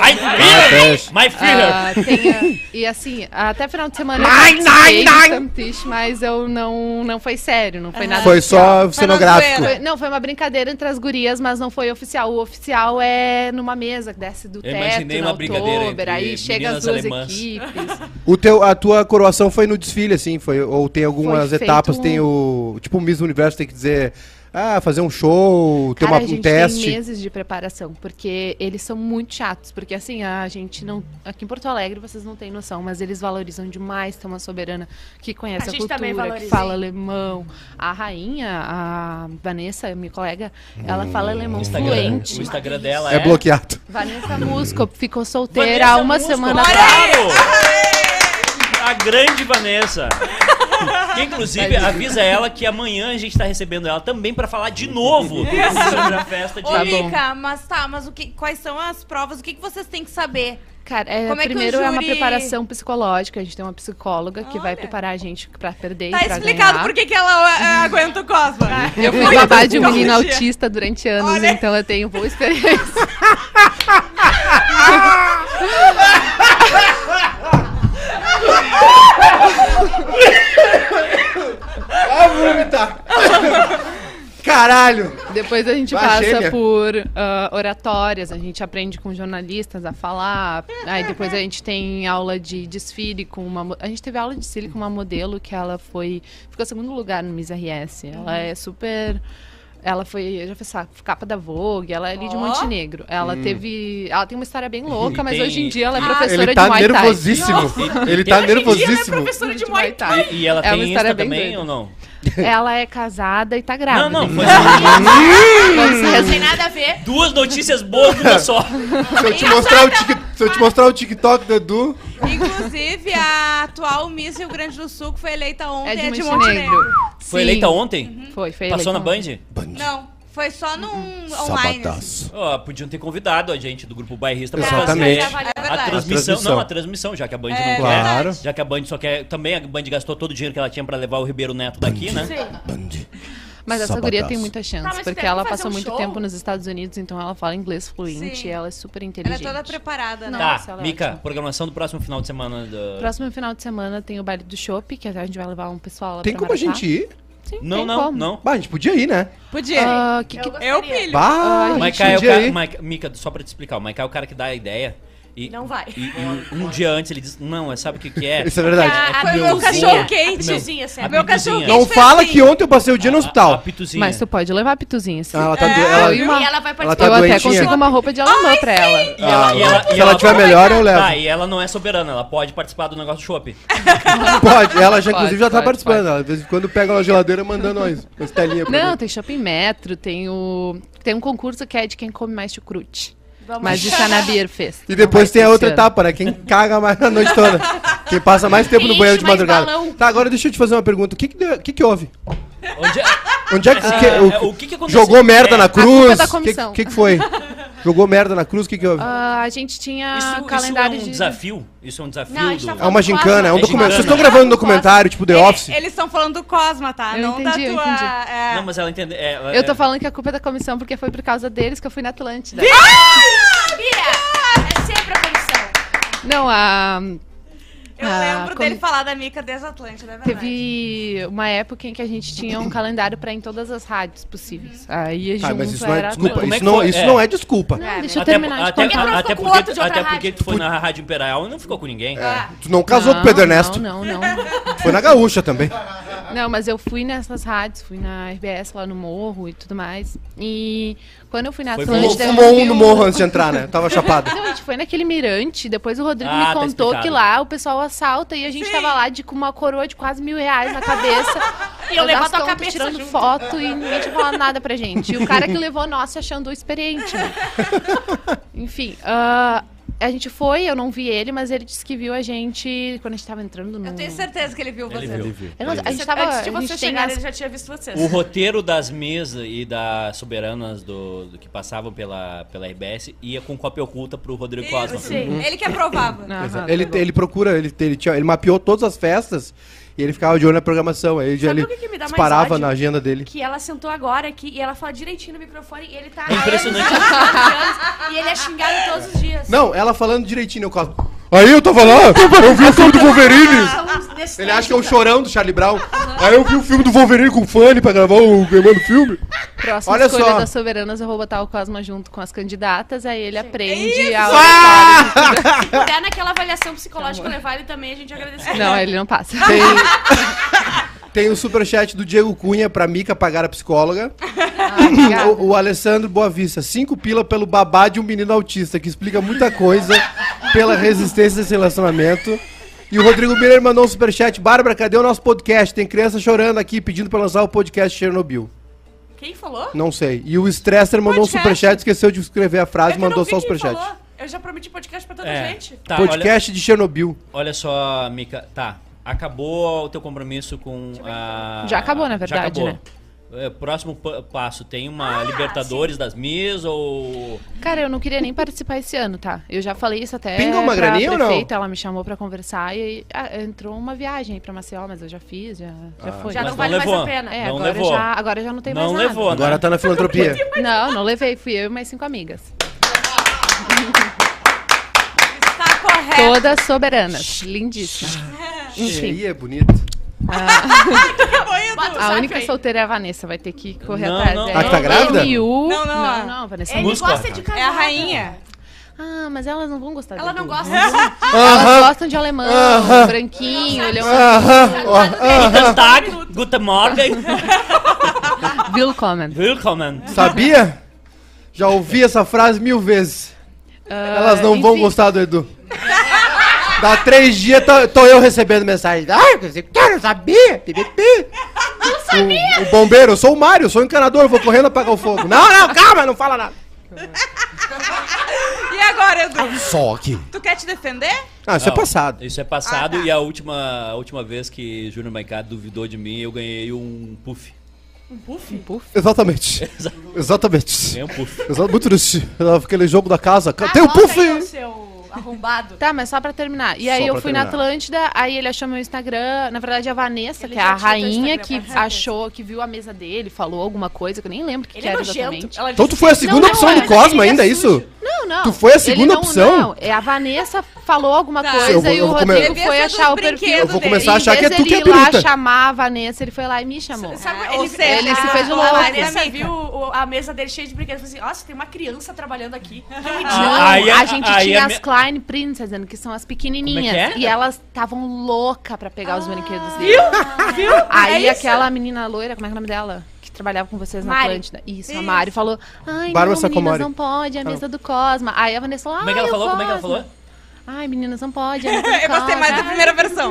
Ai,
teste.
filha! My filha!
Ah, tem a- e assim, até final de semana eu
Ai,
participei
ai, Ah. ai.
do Stamptish, mas eu não, não foi sério, não foi nada
Foi
oficial.
só cenográfico.
Foi- não, foi uma brincadeira entre as gurias, mas não foi oficial. O oficial é numa mesa que desce do
Eu
teto,
imaginei
na
uma brincadeira
Oktober,
entre
aí chega
meninas
as duas
alemãs.
equipes.
O teu, a tua coroação foi no desfile, assim, foi, ou tem algumas
feito
etapas, tem
um-
o. Tipo, o Miss Universo tem que dizer. Ah, fazer um show, ter
Cara,
uma,
a gente
um teste.
tem meses de preparação, porque eles são muito chatos, porque assim, a gente não... Aqui em Porto Alegre vocês não têm noção, mas eles valorizam demais ter uma soberana que
A
conhece a,
gente
cultura,
também
que
valoriza,
fala
hein?
alemão. A rainha, a Vanessa, minha colega, ela
Hum,
fala alemão
Instagram,
fluente.
o Instagram dela
é
é...
bloqueado.
Vanessa
Hum.
Musco ficou solteira
Vanessa
há uma
Musco,
semana atrás.
claro! A grande Vanessa. Que, inclusive, avisa ela que amanhã a gente tá recebendo ela também pra falar de novo sobre a festa de...
Ô,
Tá bom.
Mica, mas tá, mas o que, quais são as provas? O que, que vocês têm que saber?
Cara, é,
Como é que o
primeiro é uma
júri-
preparação psicológica, a gente tem uma psicóloga que vai
Olha.
preparar a gente pra perder
Tá
e pra
explicado
ganhar.
por que que ela é,
Uhum.
aguenta o Cosma.
Eu fui babá de um
Todo
menino
dia.
autista durante anos,
é? Olha.
então eu tenho boa experiência.
Ah, vou vomitar. Caralho!
Depois a gente
Bah,
passa
gênia.
por ah, oratórias, a gente aprende com jornalistas a falar. Aí depois a gente tem aula de desfile com uma. mo- A gente teve aula de desfile com uma modelo que ela foi. Ficou em segundo lugar no Miss RS. Ela é super. Ela foi, já foi sa- capa da Vogue, ela é ali de
Ó.
Montenegro. Ela
Hum.
teve. Ela tem uma história bem
E
louca, mas
tem-
hoje em dia ela é professora
Ele
de
tá
Muay Thai.
nervosíssimo. Ele tá
Hoje em dia, né,
nervosíssimo.
Professora de
De
Muay
Muay
Thai.
Thai.
E ela
É uma
tem
história
Insta
bem
também
doida.
ou não?
Ela é casada e tá grávida.
Não, não. Foi assim.
Não tem nada a ver.
duas notícias boas numa só.
Se eu te mostrar o, tic- se eu te mostrar o TikTok do Edu.
Inclusive, a atual Miss Rio Grande do Sul, que foi eleita
É
ontem,
de Montenegro.
Foi
Sim.
eleita ontem?
Uhum. Foi, foi
Passou
eleita
na
ontem.
Band?
Não, foi só num online. assim.
Sabadaço.
Ó, podiam ter convidado a gente do grupo bairrista pra
Exatamente.
fazer
É
a transmissão.
verdade.
A transmissão.
Não, a transmissão, já que a Band
É
É.
não quer.
Claro.
Já que a Band só quer. Também a Band gastou todo o dinheiro que ela tinha pra levar o Ribeiro Neto daqui, né?
Band.
Mas essa
Sabadaço.
guria tem muita
Tá,
chance,
mas
porque
pera,
ela
vamos fazer
passou
um
muito
show?
tempo nos Estados Unidos, então ela fala inglês fluente
Sim.
e ela é super
Ela é
inteligente.
toda preparada, né?
Tá,
Nossa, ela é
Mica,
ótima.
programação do próximo final de semana. do-
Próximo final de semana tem o baile do Chopp, que a gente vai levar um pessoal lá
Tem
pra
como a
Maratá.
gente ir?
Sim,
Não,
tem
não,
como.
não.
Bah, a gente podia ir, né?
Podia.
Ah, que que-
eu pilho.
Bah, a
Ai,
gente
Maica é o
podia
cara.
ir.
Maica- Mica, só pra te explicar, o Maica é o cara que dá a ideia. E,
Não vai.
e- e um dia antes ele diz, não, sabe o que que é?
Isso é verdade.
A- a
Foi meu
pituzinha.
É
cachorro quente.
Pituzinha, sério.
Meu
Meu cachorro
Pituzinha.
quente
Não
é
foi
fala
assim.
que ontem eu passei o dia no
A, a
hospital.
pituzinha.
Mas tu pode levar pituzinha, sim.
Ah, ela tá do- ela-
eu e uma-
E ela vai
ela
participar.
tá
eu até
doentinha.
consigo uma roupa de alamã pra ela.
E ela-
Ah,
e ela-
se
e
ela
ela-
tiver melhor, eu levo.
Ah, e ela não é soberana, ela pode participar do negócio do chopp.
Pode, ela já,
Pode,
inclusive, já tá
pode,
participando. Ela, de vez em quando pega uma geladeira mandando umas, umas telinhas pra
Não,
mim.
tem shopping metro, tem o. Tem um concurso que é de quem come mais chucrute.
Vamos.
Mas isso é na Beer Fest.
E depois
Não vai
tem a
ser
outra
esse ano.
etapa, né? Quem caga mais na noite toda. Quem passa mais tempo no
Enche
banheiro de
mais
madrugada.
balão.
Tá, agora deixa eu te fazer uma pergunta. O que que, deu- o que, que houve?
Onde é-
Onde é que...
Ah,
que-
é,
o-
o que que aconteceu?
jogou merda
É,
na
a
cruz?
da
O que,
comissão.
que que foi? Jogou merda na cruz? O que que houve?
Ah, a gente tinha
Isso, isso
calendário
é um
de.
desafio? Isso é um desafio?
Não, a gente
do-
tá
é uma gincana, é um
É
documento.
gincana.
Vocês estão gravando um documentário, tipo The Office?
é
Eles estão falando do Cosma, tá?
Eu
não
entendi, eu
da tua.
entendi.
é.
Não, mas ela entende. é, ela-
Eu tô
é-
falando que a culpa é da comissão porque foi por causa deles que eu fui na Atlântida.
Bia, é sempre a comissão.
Não, a.
Eu
Ah,
lembro
como-
dele falar da Mica desde Atlântida, é verdade.
Teve uma época em que a gente tinha um calendário pra ir em todas as rádios possíveis. Aí a
Ah,
junto
mas isso não é
era
desculpa.
Como é
Isso
que
não,
foi?
isso
É.
não é desculpa.
Não, deixa eu
Até,
terminar de
até,
contar.
ela
até
ficou com
porque,
outro de outra
até porque tu
rádio.
foi na Rádio Imperial e não ficou com ninguém.
Tu não casou com o Pedro
Não,
Ernesto.
Não, não, não.
Foi na Gaúcha também.
Não, mas eu fui nessas rádios, fui na RBS lá no Morro e tudo mais. E quando eu fui na
Foi
Fumou,
Atlântida.
fumou
eu vi
um no
o-
morro antes de entrar, né? Tava chapado.
Não, Então, a gente foi naquele mirante, depois o Rodrigo
Ah,
me
tá
contou
explicado.
que lá o pessoal assalta e a gente tava lá de, com uma coroa de quase mil reais na cabeça.
E eu levanto a
tonto,
cabeça
tirando
junto.
foto e ninguém tinha falado nada pra gente. E o cara que levou nós se achando experiente. né? Enfim, ah, a gente foi, eu não vi ele, mas ele disse que viu a gente quando a gente tava entrando no...
Eu tenho certeza que ele viu
Ele
você.
viu.
Eu não- a gente tava...
Antes de
a gente
você
tem
chegar,
as-
ele já tinha visto vocês.
O roteiro das mesas e das soberanas do, do que passavam pela, pela RBS ia com cópia oculta pro Rodrigo Cosma.
Isso, ele que aprovava.
Aham.
Ele,
tá
ele procura, ele, ele, tinha- ele mapeou todas as festas e ele ficava de olho na programação. Aí
Sabe
ele
o que que me dá mais
disparava
ódio?
na agenda dele.
Que ela sentou agora aqui e ela fala direitinho no microfone e ele tá.
É impressionante.
há anos, anos, e ele é xingado todos os dias.
Não, ela falando direitinho, eu caso. Aí eu tava lá, eu vi o filme do
Então,
Wolverine. Ele acha que é o chorão do Charlie Brown. Aí eu vi o filme do Wolverine com o Fanny pra gravar o queimando filme.
Próxima
Olha
escolha
só.
das soberanas, eu vou botar o Cosma junto com as candidatas, aí ele
é
aprende a...
Se puder tá naquela avaliação psicológica levar ele também, a gente agradece.
Não, é- ele não passa.
Tem, tem o superchat do Diego Cunha pra Mica pagar a psicóloga.
Ah, obrigada.
O, o Alessandro Boavista, cinco pila pelo babá de um menino autista, que explica muita coisa pela resistência desse relacionamento. E o Rodrigo Miller mandou um superchat. Bárbara, cadê o nosso podcast? Tem criança chorando aqui pedindo pra lançar o podcast Chernobyl.
Quem falou?
Não sei. E o Stresser mandou um
Podcast?
superchat, esqueceu de escrever a frase,
É que
mandou
não vi
só o
quem
superchat.
falou. Eu já prometi podcast pra toda
É.
gente.
Tá, olha,
podcast de Chernobyl.
olha só, Mica. Tá. Acabou o teu compromisso com a.
Já acabou, na verdade, né?
É, Próximo pa- passo, tem uma Libertadores das Miss ou.
Cara, eu não queria nem participar esse ano, tá? Eu já falei isso até
Pinga uma
pra
graninha ou não?
prefeita, ela me chamou pra conversar e ah, entrou uma viagem aí pra Maceió, mas eu já fiz, já, já
Ah,
foi.
Já
Mas
não vale
não
mais
levou.
a pena.
É,
Não
agora,
levou.
Já, agora já não tem
Não
mais
levou,
nada.
né?
Agora tá na filantropia.
Não, não levei, fui eu e mais cinco amigas.
Está correto.
Todas soberanas, lindíssimas. Enfim,
Aí é bonito.
Bota o
a
zap
única
aí.
solteira é a Vanessa, vai ter que correr
Não,
atrás
não,
dela.
Ah, tá grávida?
Não,
Não,
não,
não,
não,
ó.
Vanessa.
Ele
Música.
gosta de casar.
É a rainha.
Ah, mas elas não vão gostar
Ela
de
não
mim.
gosta
Elas gostam de alemão, branquinho, é um olhão
Aham, ó, aham.
Guten Tag, Guten Morgen,
Willkommen.
Willkommen.
Sabia? Já ouvi essa frase mil vezes. Elas não vão
enfim.
gostar do Edu. Dá três dias, tá- tô, eu recebendo mensagem. Ai, você quer, eu sabia? Pipipi. O, o bombeiro, eu sou o Mário, eu sou o encanador, eu vou correndo apagar o fogo. Não, não, calma, não fala nada.
E agora, Edu?
Só que.
Tu quer te defender?
Ah, isso é
Não,
passado.
Isso é passado e a última, a última vez que Júnior Maicado duvidou de mim, eu ganhei um puff.
Exatamente. Exatamente.
Ganhei um puff.
Exa- Muito triste. Aquele jogo da casa.
Ah,
Tem o
Anota aí o
um puff!
seu arrombado.
Tá, mas só pra terminar. E
Só
aí eu
pra
fui na
terminar.
Atlântida, aí ele achou meu Instagram. Na verdade, a Vanessa,
Ele
que é a
já tinha teu
rainha
Instagram,
que
com certeza.
achou, que viu a mesa dele, falou alguma coisa, que eu nem lembro o que,
Ele
que
é
era
nojento.
exatamente.
Ela
Então
disse
tu foi a
que-
segunda
Não,
opção
não,
do
mas
Cosma
ele é
ainda, é
sujo.
isso?
Não, não.
Tu foi a
Ele
segunda
não-
opção?
Não, é, a Vanessa falou alguma
Tá.
coisa
Eu vou-
e
eu
o
vou comer-
Rodrigo
Devia
foi
ser
achar
dos
o perfil.
brinquedos
Eu vou
dele.
começar a achar
Em
que é
vez
tu que é
ele ir lá
biruta.
chamar a Vanessa, ele foi lá e me chamou.
Sabe,
É,
ele,
ou seja,
ele se
a-
um
fez
a
louco. A Vanessa
Vanessa
viu o- a mesa dele cheia de brinquedos e falou assim: Nossa, tem uma criança trabalhando aqui. Que
Ah,
ridículo.
Não,
aí é-
a gente
aí
tinha
é
as
me-
Klein Princess, né, que são as pequenininhas.
Como é Ah. que é?
E elas estavam loucas pra pegar os brinquedos dele.
É
Aí aquela menina loira, como é que é o nome dela? Que trabalhava com vocês na
Mari.
Atlântida. Isso, a Mari falou, ai,
Bárbara
não, meninas,
Sacomori. Tá
não pode, é a mesa do Cosma. Aí a Vanessa falou,
Como é que ela falou? Como é que ela falou?
Ai, meninas, não pode, é a mesa do
Eu gostei mais da
Cosma."
primeira versão.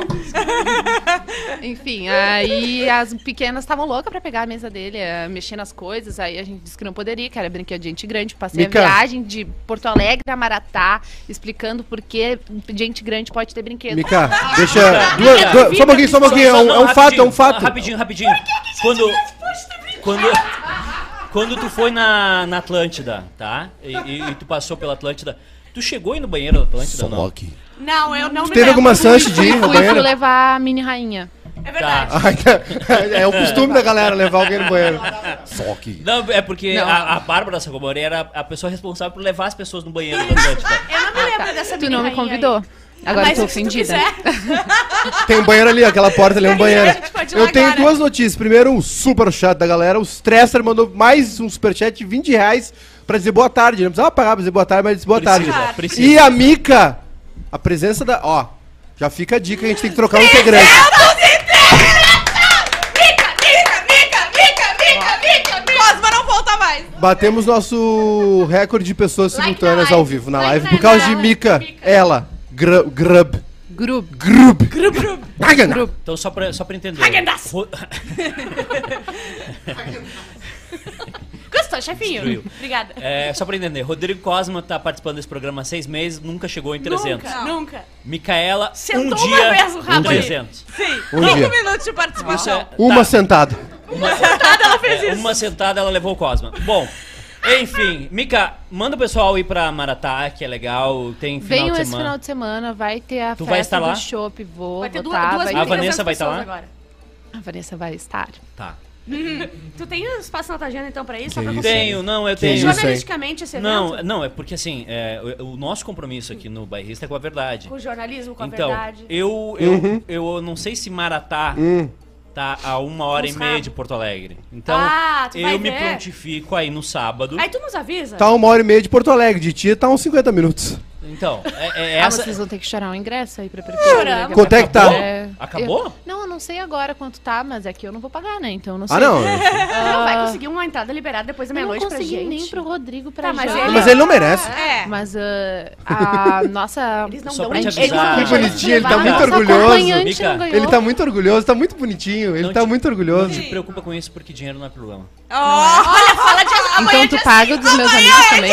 Enfim, aí as pequenas estavam loucas pra pegar a mesa dele, eh, mexer nas coisas. Aí a gente disse que não poderia, que era brinquedo de gente grande. Passei
Mica.
a viagem de Porto Alegre a Maratá, explicando por que gente grande pode ter brinquedo.
Mica, deixa. duas-
Mica,
duas- só um pouquinho, só um pouquinho. É
Só- só
um,
não,
é um fato, é um
rapidinho, Ah,
fato.
Rapidinho, rapidinho. Quando. Quando. Quando tu foi na, na Atlântida, tá? E, e- e tu passou pela Atlântida. Tu chegou aí no banheiro da Atlântida ou não?
Soque.
Não, eu não me
Teve
lembro.
alguma chance de ir
Fui,
no
fui
banheiro?
levar a mini rainha.
É verdade.
Ai, tá. é o costume da galera levar alguém no banheiro. Soque.
Não, é porque
Não.
A, a Bárbara Sacomori era a pessoa responsável por levar as pessoas no banheiro da Atlântida.
Eu não me lembro dessa
Ah, tá. Tu
mini
não me
rainha
convidou.
aí. Ah,
Agora eu
Mas se
tô
tu
ofendida.
quiser,
Tem um banheiro ali, aquela porta ali é um banheiro.
A gente pode ir lá
Eu tenho
agora.
duas notícias. Primeiro, um super chat da galera. O Stresser mandou mais um superchat de 20 reais pra dizer boa tarde. Não precisava pagar pra dizer boa tarde, mas disse boa
Precisa,
tarde.
precisa.
E a Mica, a presença da. Ó, já fica a dica, a gente tem que trocar o integrante.
Tá Cosma não volta mais.
Batemos nosso recorde de pessoas
Like na
simultâneas
live.
ao vivo na
Like
live
na
por causa de
live.
Mica,
Mica.
ela, Gru- Grub.
Grupo.
Grub. Grub. Grub.
Então, só pra, só pra entender.
Häagen-Dazs.
Ro-
Gostou, chefinho?
Destruiu.
Obrigada.
É, só pra entender, Rodrigo Cosma tá participando desse programa há seis meses, nunca chegou em 300.
Nunca, nunca.
Micaela,
Sentou
um
uma
dia
vez o rabo
em
ali.
300.
Sim.
Um dia.
Cinco minutos de
Isso
participação.
é-
Uma
tá.
sentada.
É, Uma sentada ela levou o Cosma. Bom, enfim, Mica, manda o pessoal ir pra Maratá, que é legal, tem final
Venham
de
esse
semana.
final de semana, vai ter a
Tu vai estar
festa
lá?
do chopp, vou
Vai ter du-
botar,
duas
vai
mil
ter-
A Vanessa vai tá lá?
pessoas agora.
A Vanessa vai estar.
Tá.
Hum. Tu tem espaço na tua agenda então pra isso?
Que
Só pra
isso,
conseguir
Tenho, não, eu
Que
tenho.
isso, hein?
Jornalisticamente esse evento?
Não, não, é porque assim, é, o, o nosso compromisso aqui no Bairrista é com a verdade.
Com o jornalismo, com a
então,
verdade.
eu eu,
Uhum.
eu não sei se Maratá
Hum.
tá a uma hora
Uns
e meia
rabo.
de Porto Alegre. Então,
Ah, tu vai
eu me
ver.
prontifico aí no sábado.
Aí tu nos avisa?
Tá uma hora e meia de Porto Alegre, de tia tá uns 50 minutos.
Então, é, é
Ah, mas
essa...
vocês vão ter que chorar um ingresso aí pra prefeitura.
Choramos.
né,
Quanto é que tá?
pra-
Acabou?
Eu- não, eu não sei agora quanto tá, mas é que eu não vou pagar, né? Então eu não sei.
Ah, não.
Não vai conseguir uma entrada liberada depois da
Eu não
meia-noite pra
consegui
gente.
nem pro Rodrigo pra
Tá, mas
já.
Mas ele não merece.
É.
Mas ah, a nossa...
Eles não
Só
dão
pra te
dinheiro.
avisar.
Que bonitinho, ele tá
A
muito
nossa
orgulhoso.
acompanhante
Mica,
não ganhou.
Ele tá muito orgulhoso, tá muito bonitinho, ele
Não
tá
te-
muito orgulhoso.
Não te preocupa com isso, porque dinheiro não é problema.
Ó,
Olha, fala de amanhã é
Então
dia é
tu paga o dos meus amigos
é
também?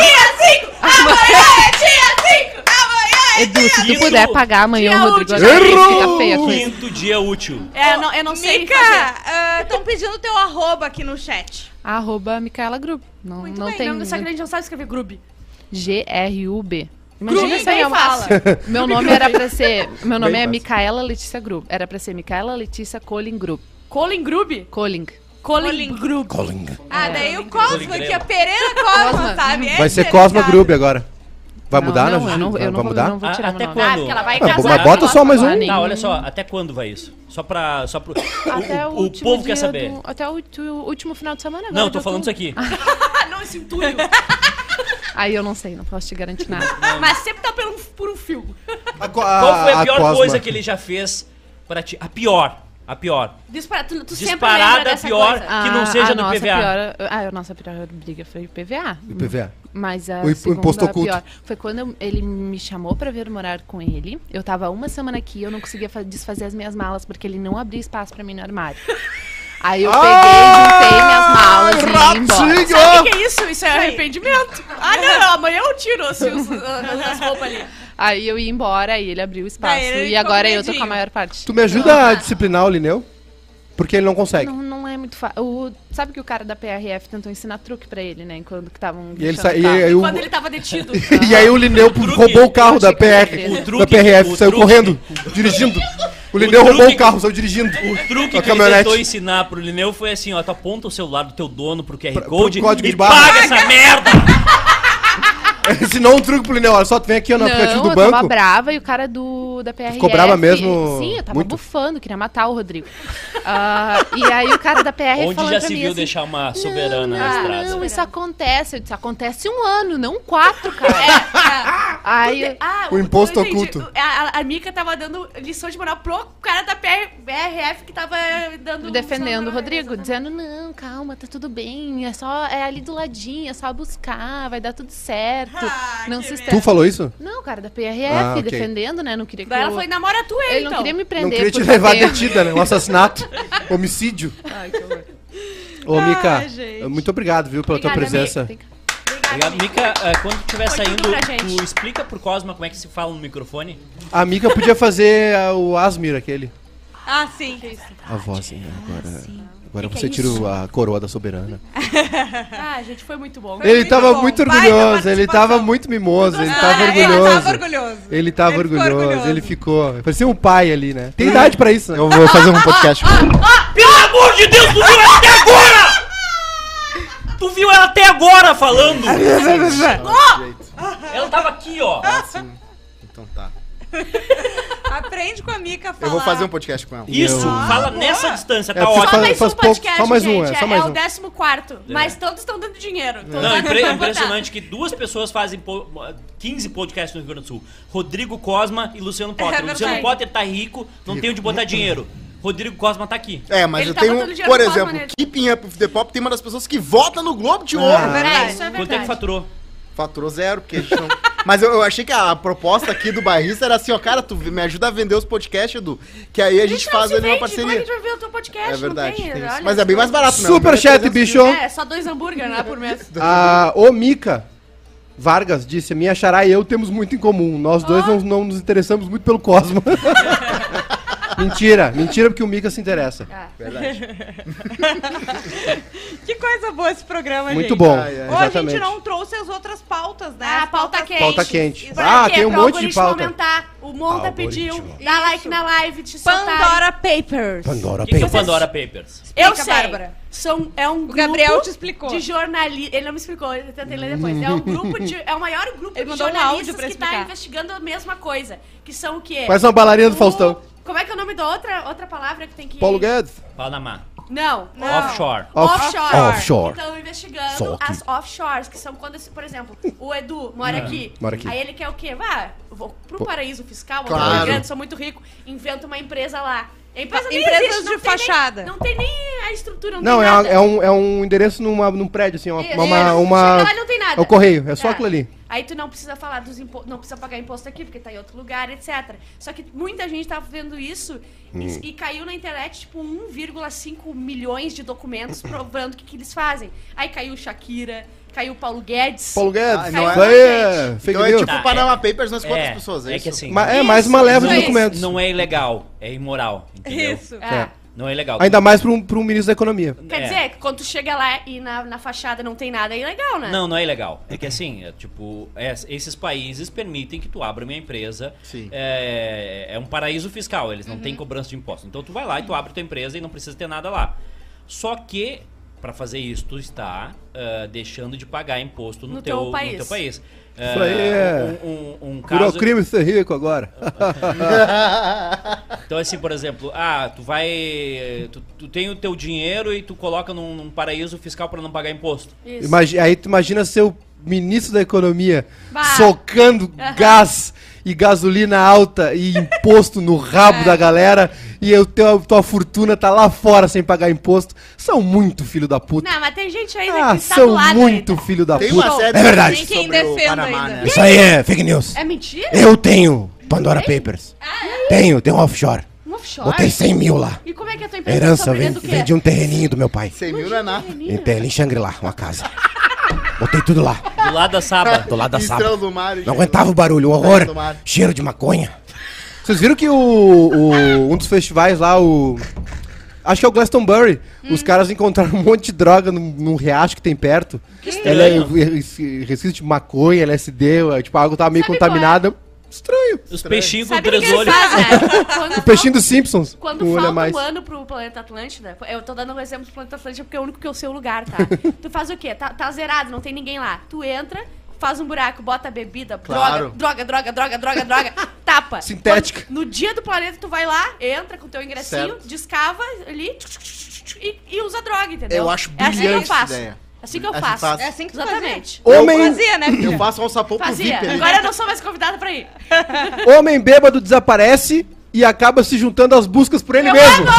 Edu, se tu
Isso.
puder pagar amanhã
Dia
o Rodrigo
útil.
vai ver que
Errou!
tá feia a coisa.
Quinto dia útil.
cinco. É, eu não, eu não sei
Mica,
fazer.
estão ah, pedindo teu arroba aqui no chat.
Arroba Micaela Grub. Não,
Muito
não
bem,
tem...
não, só que a gente não sabe escrever grube.
G-R-U-B.
Grub,
Imagina se
ninguém
eu
fala.
Meu nome era pra ser. Meu nome
Bem
é
fácil.
Micaela Letícia Grub. Era pra ser Micaela Letícia Colin Grub.
Colin grube?
Colin.
Colin grube.
Colin.
Ah, daí o Cosma,
Oligrela.
que é Pereira Cosma,
Cosma.
sabe?
É. Vai
Esse
ser
é
Cosma
ligado.
Grub agora. Vai mudar,
não,
né?
Eu não,
vai
eu não vou,
mudar?
eu não vou
A-
tirar
até
meu nome.
quando?
Ah, porque ela vai
Mas-
casar.
mas bota
ela
só
vai
mais
falar
um.
nem-
Tá, olha só, até quando vai isso? Só pra. Só pro,
Até
o, o- o
último
povo quer
dia
saber.
do- até o ulti- o último final de semana agora.
Não, eu
de
tô falando isso
outubro.
aqui.
Ah, não, esse entulho.
Aí eu não sei, não posso te garantir nada.
Mas sempre tá por um, por um fio.
A co-
Qual foi a pior
Cosma.
coisa que ele já fez pra ti? A pior. A pior.
Dispara, tu, tu sempre lembra
Disparada
dessa
pior
coisa.
que não
Ah,
seja
a
do
nossa
PVA.
Pior, ah, a nossa pior briga foi o PVA.
IPVA.
Mas a
O imp-
segunda
imposto oculto.
pior foi quando eu- ele me chamou pra vir morar com ele. Eu tava uma semana aqui, eu não conseguia fa- desfazer as minhas malas porque ele não abria espaço pra mim no armário. Aí eu peguei,
Ah,
juntei minhas malas e vim embora.
Ratinho!
Sabe o que que é isso? Isso é arrependimento. Ah, não, não, amanhã eu tiro assim, os, as, as roupas ali.
Aí eu ia embora e ele abriu o espaço.
Daí ele
E agora eu tô
ficou
com a maior parte.
Tu me ajuda a disciplinar o Lineu? Porque ele não consegue.
Não, não é muito fácil. Sabe que o cara da PRF tentou ensinar truque pra ele, né? Enquanto que estavam
E, ele
guinchando
sa... e,
o carro.
aí o...
Quando ele tava detido.
e aí o Lineu
truque-
roubou o carro da
achei que era
PR,
beleza.
O
da
truque-
PRF,
o
saiu
truque-
correndo, dirigindo. O Lineu roubou
truque-
o carro, saiu dirigindo.
O truque
A
que ele
caminhonete.
tentou ensinar pro Lineu foi assim, ó, tu aponta o celular do teu dono pro QR
pro
Code
código
e
de barra.
paga essa merda!
Ensinou um truque pro Lineu. Olha só, tu vem aqui ó, no aplicativo
Não,
do
eu tava
banco.
brava e o cara do, da PRF...
Ficou brava mesmo?
Sim, eu tava
Muito?
bufando, queria matar o Rodrigo. Ah, e aí o cara da PRF
Onde
falando
já
pra
se
mim
viu
assim,
deixar uma soberana na
ah,
estrada?
não, isso acontece. Eu disse, acontece um ano, não quatro, cara.
É,
Aí,
É.
eu-
Ah,
O imposto
eu entendi.
oculto.
A, a- a Mica tava dando lição de moral pro cara da PR BRF que tava dando.
defendendo o
lição de
Rodrigo,
moral.
dizendo, não, calma, tá tudo bem, é só, é ali do ladinho, é só buscar, vai dar tudo certo,
Ah,
não
que
se
Tu
estresse.
falou isso?
Não, cara, da PRF,
Ah, ok.
defendendo, né, não queria que
Daí ela
eu-
foi, namora tu ele,
Ele
então.
não queria me prender.
Não queria te
por
levar
bater.
detida, né? Um assassinato, homicídio. Ô, Mica, muito obrigado, viu, pela tua
Obrigada, amigo.
presença.
Tem que-
Obrigado, Mica. Ah, quando tu estiver
Foi
saindo,
tudo pra gente.
tu explica pro Cosma como é que se fala no microfone.
A Mica podia fazer ah, o Asmir, aquele. Ah,
Ah, sim.
A voz, hein? Agora, agora você tira o- a coroa da soberana.
Ah, gente, foi muito bom.
Ele
muito
tava
bom.
muito
Baita
orgulhoso, ele tava
participação.
muito mimoso, ele tava
Ah, Ele tava
orgulhoso.
orgulhoso.
Ele tava
Ele ficou
orgulhoso,
orgulhoso.
ele ficou. Parecia um pai ali, né? Tem idade pra isso, né?
Eu vou fazer um podcast.
Ah,
Pelo amor de Deus, tu viu ela até agora! Tu viu ela até agora falando! Ela tava aqui, ó.
Sim. Então tá.
Aprende com a Mica a
ah,
falar.
Eu vou fazer um podcast com ela.
Isso,
Eu-
fala nessa distância,
É,
tá
preciso
Só
ótimo.
fazer-
mais
faz
um
pouco,
podcast,
só mais
gente.
um, é,
é,
só mais
é
um.
o décimo quarto. Mas todos estão dando dinheiro. Todos
Não,
estão
impre-
tentando
impressionante que duas pessoas fazem po- 15 podcasts no Rio Grande do Sul. Rodrigo Cosma e Luciano Potter.
verdade.
Luciano Potter tá rico, não tem onde botar dinheiro. Rodrigo Cosma tá aqui.
É, mas
Ele
eu
tá
tenho,
botando dinheiro
por
no Cosmo
exemplo,
nele.
Keeping Up with the Pop tem uma das pessoas que vota no Globo de Ouro.
botar. É, isso
Quanto
é
é que
verdade.
faturou?
Tá
Faturou zero, porque a gente não... Mas eu, eu achei que a proposta aqui do bairrista era assim, ó, cara, tu me ajuda a vender os podcasts, Edu, que aí a gente,
não
faz
se
ali uma
vende, Como é que a
parceria.
gente vai ver o teu podcast?
É verdade,
Não
tem
tem,
isso.
olha.
mas é bem mais barato, né?
Super chat,
bicho.
bicho!
É, só dois hambúrguer lá por mês.
A, o Mica Vargas disse: Minha Xará e eu temos muito em comum. Nós dois não, não nos interessamos muito pelo Cosmo. mentira, mentira, porque o Mica se interessa.
Que coisa boa esse programa,
muito
gente.
bom.
Ai, ai.
Ou a gente
Exatamente.
não trouxe as outras pautas, né?
Ah, pauta
As pautas-
quente.
Pauta quente.
Pra
Ah,
quê?
tem um
Pra
monte de
algoritmo
pauta.
aumentar. O Monta pediu.
Algoritmo.
Dá like na live, te soltar.
Pandora Papers.
Pandora
O que, que é o
Papers.
Pandora Papers?
Eu
Explica,
sei.
Bárbara.
São, é um
O Gabriel
grupo
te explicou.
de jornalistas. Ele não me explicou, eu tentei ler depois. É um grupo de. É o maior grupo
Ele
de
mandou um áudio
jornalistas
pra
que tá
explicar.
investigando a mesma coisa. Que são o quê?
Parece uma bailarina do
O-
Faustão.
Como é que é o nome da outra, outra palavra que tem que.
Paulo Guedes.
Panamá.
Não, não.
Ah.
Offshore.
Off-
Offshore.
Offshore.
Estão investigando
Só que-
as offshores, que são quando, esse- por exemplo, o Edu mora aqui.
É, mora aqui.
Aí ele quer o quê? Vá, eu vou pro paraíso fiscal,
Claro.
claro. grande, sou muito rico, inventa uma empresa lá. A empresa nem
Ah, Empresas
existe, não
de
tem nem-
fachada.
não tem nem a estrutura, não,
Não,
tem
é, uma-
nada.
é um, é um endereço numa, num prédio, assim, uma.
Isso,
uma, uma,
isso. Chega lá e
uma
não tem nada.
é o correio, é só
Tá.
aquilo ali.
Aí tu não precisa falar dos impostos, não precisa pagar imposto aqui, porque tá em outro lugar, etc. Só que muita gente tá vendo isso e-
Hum.
e, caiu na internet, tipo, 1,5 milhões de documentos provando o que, que eles fazem. Aí caiu Shakira, caiu Paulo Guedes.
Paulo Guedes.
Ah, não
não
é-
Isso aí é fake
Então é
news.
tipo
Tá,
o Panama Papers, mas quantas
é,
pessoas?
é
isso?
que assim,
Ma- é mais uma leva de
isso.
documentos.
não é ilegal, é imoral, entendeu?
Isso.
É.
É.
Não é ilegal.
Ainda mais pra um, pra um ministro da economia.
Quer
É.
dizer, que quando tu chega lá e na, na fachada não tem nada, é ilegal, né?
Não, não é ilegal. É que assim, é, tipo, é, esses países permitem que tu abra uma empresa.
Sim.
É, é um paraíso fiscal, eles não
Uhum.
têm cobrança de imposto. Então tu vai lá e tu abre tua empresa e não precisa ter nada lá. Só que, pra fazer isso, tu está ah, deixando de pagar imposto no,
No
teu,
teu
no
país.
teu país.
Isso aí é-
Um, um- um
Virou
caso...
crime ser rico agora. Ah,
Então, assim, por exemplo, ah, tu vai. Tu, tu tem o teu dinheiro e tu coloca num, num paraíso fiscal pra não pagar imposto.
Isso.
Imagi- aí tu imagina ser o ministro da economia
Bah.
socando gás e gasolina alta e imposto no rabo
É.
da galera e eu teu, tua fortuna tá lá fora sem pagar imposto. São muito filho da puta.
Não, mas tem gente ainda
ah,
que está do
são
lado tá-
muito
ainda.
filho da
Tem
puta.
uma série
É verdade.
Tem quem
sobre o
defenda
Panamá,
ainda.
né?
Isso aí é fake news.
É Ah, mentira?
Eu tenho Pandora Papers. Tenho, tenho um offshore.
Um offshore?
Botei 100 mil lá.
E como é que a tua empresa
Herança,
tá
vendi,
vendendo o quê?
vendi um terreninho do meu pai.
100 mil não é nada.
Em, em Shangri-La, uma casa. Botei tudo lá,
Do lado da Saba.
do lado Ah, da sala.
Estrela do mar.
Não aguentava o barulho, o horror, cheiro de maconha. Vocês viram que o, o- um dos festivais lá, o acho que é o Glastonbury,
Hum.
os caras encontraram um monte de droga num, num riacho que tem perto. Ela é é- é resquício de maconha, LSD, é, tipo a água tava meio
Sabe
contaminada. Estranho.
Os peixinhos com
Sabe o que,
três
que eles
olhos.
fazem? né? Quando
um- O peixinho dos Simpsons. com
Quando
um olho a
falta
mais.
um ano pro planeta Atlântida, eu tô dando um exemplo do planeta Atlântida porque é o único que eu sei o lugar, tá? tu faz o quê? Tá, tá zerado, não tem ninguém lá. Tu entra, faz um buraco, bota bebida,
Claro.
droga, droga, droga, droga, droga, droga, tapa.
Sintética.
Quando- no dia do planeta, tu vai lá, entra com teu ingressinho,
Certo.
descava ali tch, tch, tch, tch, e, e usa droga, entendeu?
Eu acho
É assim que eu
brilhante essa
faço.
ideia.
Assim que eu
Assim
faço.
faz.
É assim que tu
Exatamente.
Homem,
Fazia, né?
Eu faço um sapão pro VIP
Fazia.
ali.
Agora eu não sou mais convidada pra ir.
homem bêbado desaparece e acaba se juntando às buscas por ele
Eu
mesmo.
amo!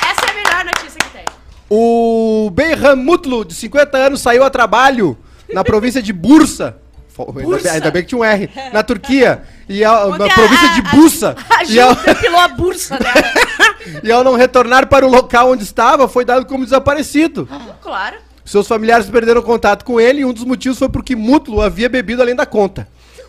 Essa é a melhor notícia que tem.
O Benham Mutlu, de 50 anos, saiu a trabalho na província de Bursa. Fo- Ainda,
Bursa?
ainda bem que tinha um R. Na Turquia. E a- na
Ontem a-
província
a-
de
a-
Bursa.
A
E ao,
Ju depilou a bursa né? dela.
e ao não retornar para o local onde estava, foi dado como desaparecido.
claro.
Seus familiares perderam contato com ele e um dos motivos foi porque Mútulo havia bebido além da conta.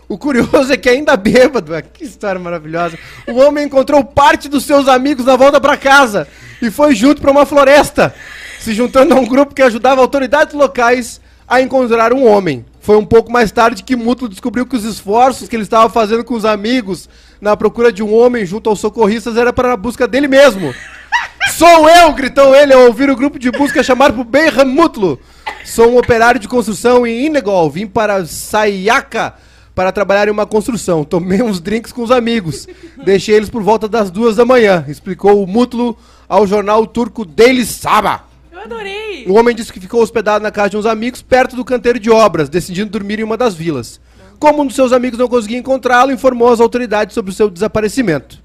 O curioso é que ainda bêbado, ah, que história maravilhosa, o homem encontrou parte dos seus amigos na volta para casa e foi junto para uma floresta, se juntando a um grupo que ajudava autoridades locais a encontrar um homem. Foi um pouco mais tarde que Mútulo descobriu que os esforços que ele estava fazendo com os amigos na procura de um homem junto aos socorristas era para a busca dele mesmo. Sou eu! gritou ele ao ouvir o grupo de busca chamar pro Benham Mutlu. Sou um operário de construção em Inegol. Vim para Sayaka para trabalhar em uma construção. Tomei uns drinks com os amigos. Deixei eles por volta das duas da manhã, explicou o Mutlu ao jornal turco Daily Saba.
Eu adorei.
O homem disse que ficou hospedado na casa de uns amigos perto do canteiro de obras, decidindo dormir em uma das vilas. Como um dos seus amigos não conseguia encontrá-lo, informou as autoridades sobre o seu desaparecimento.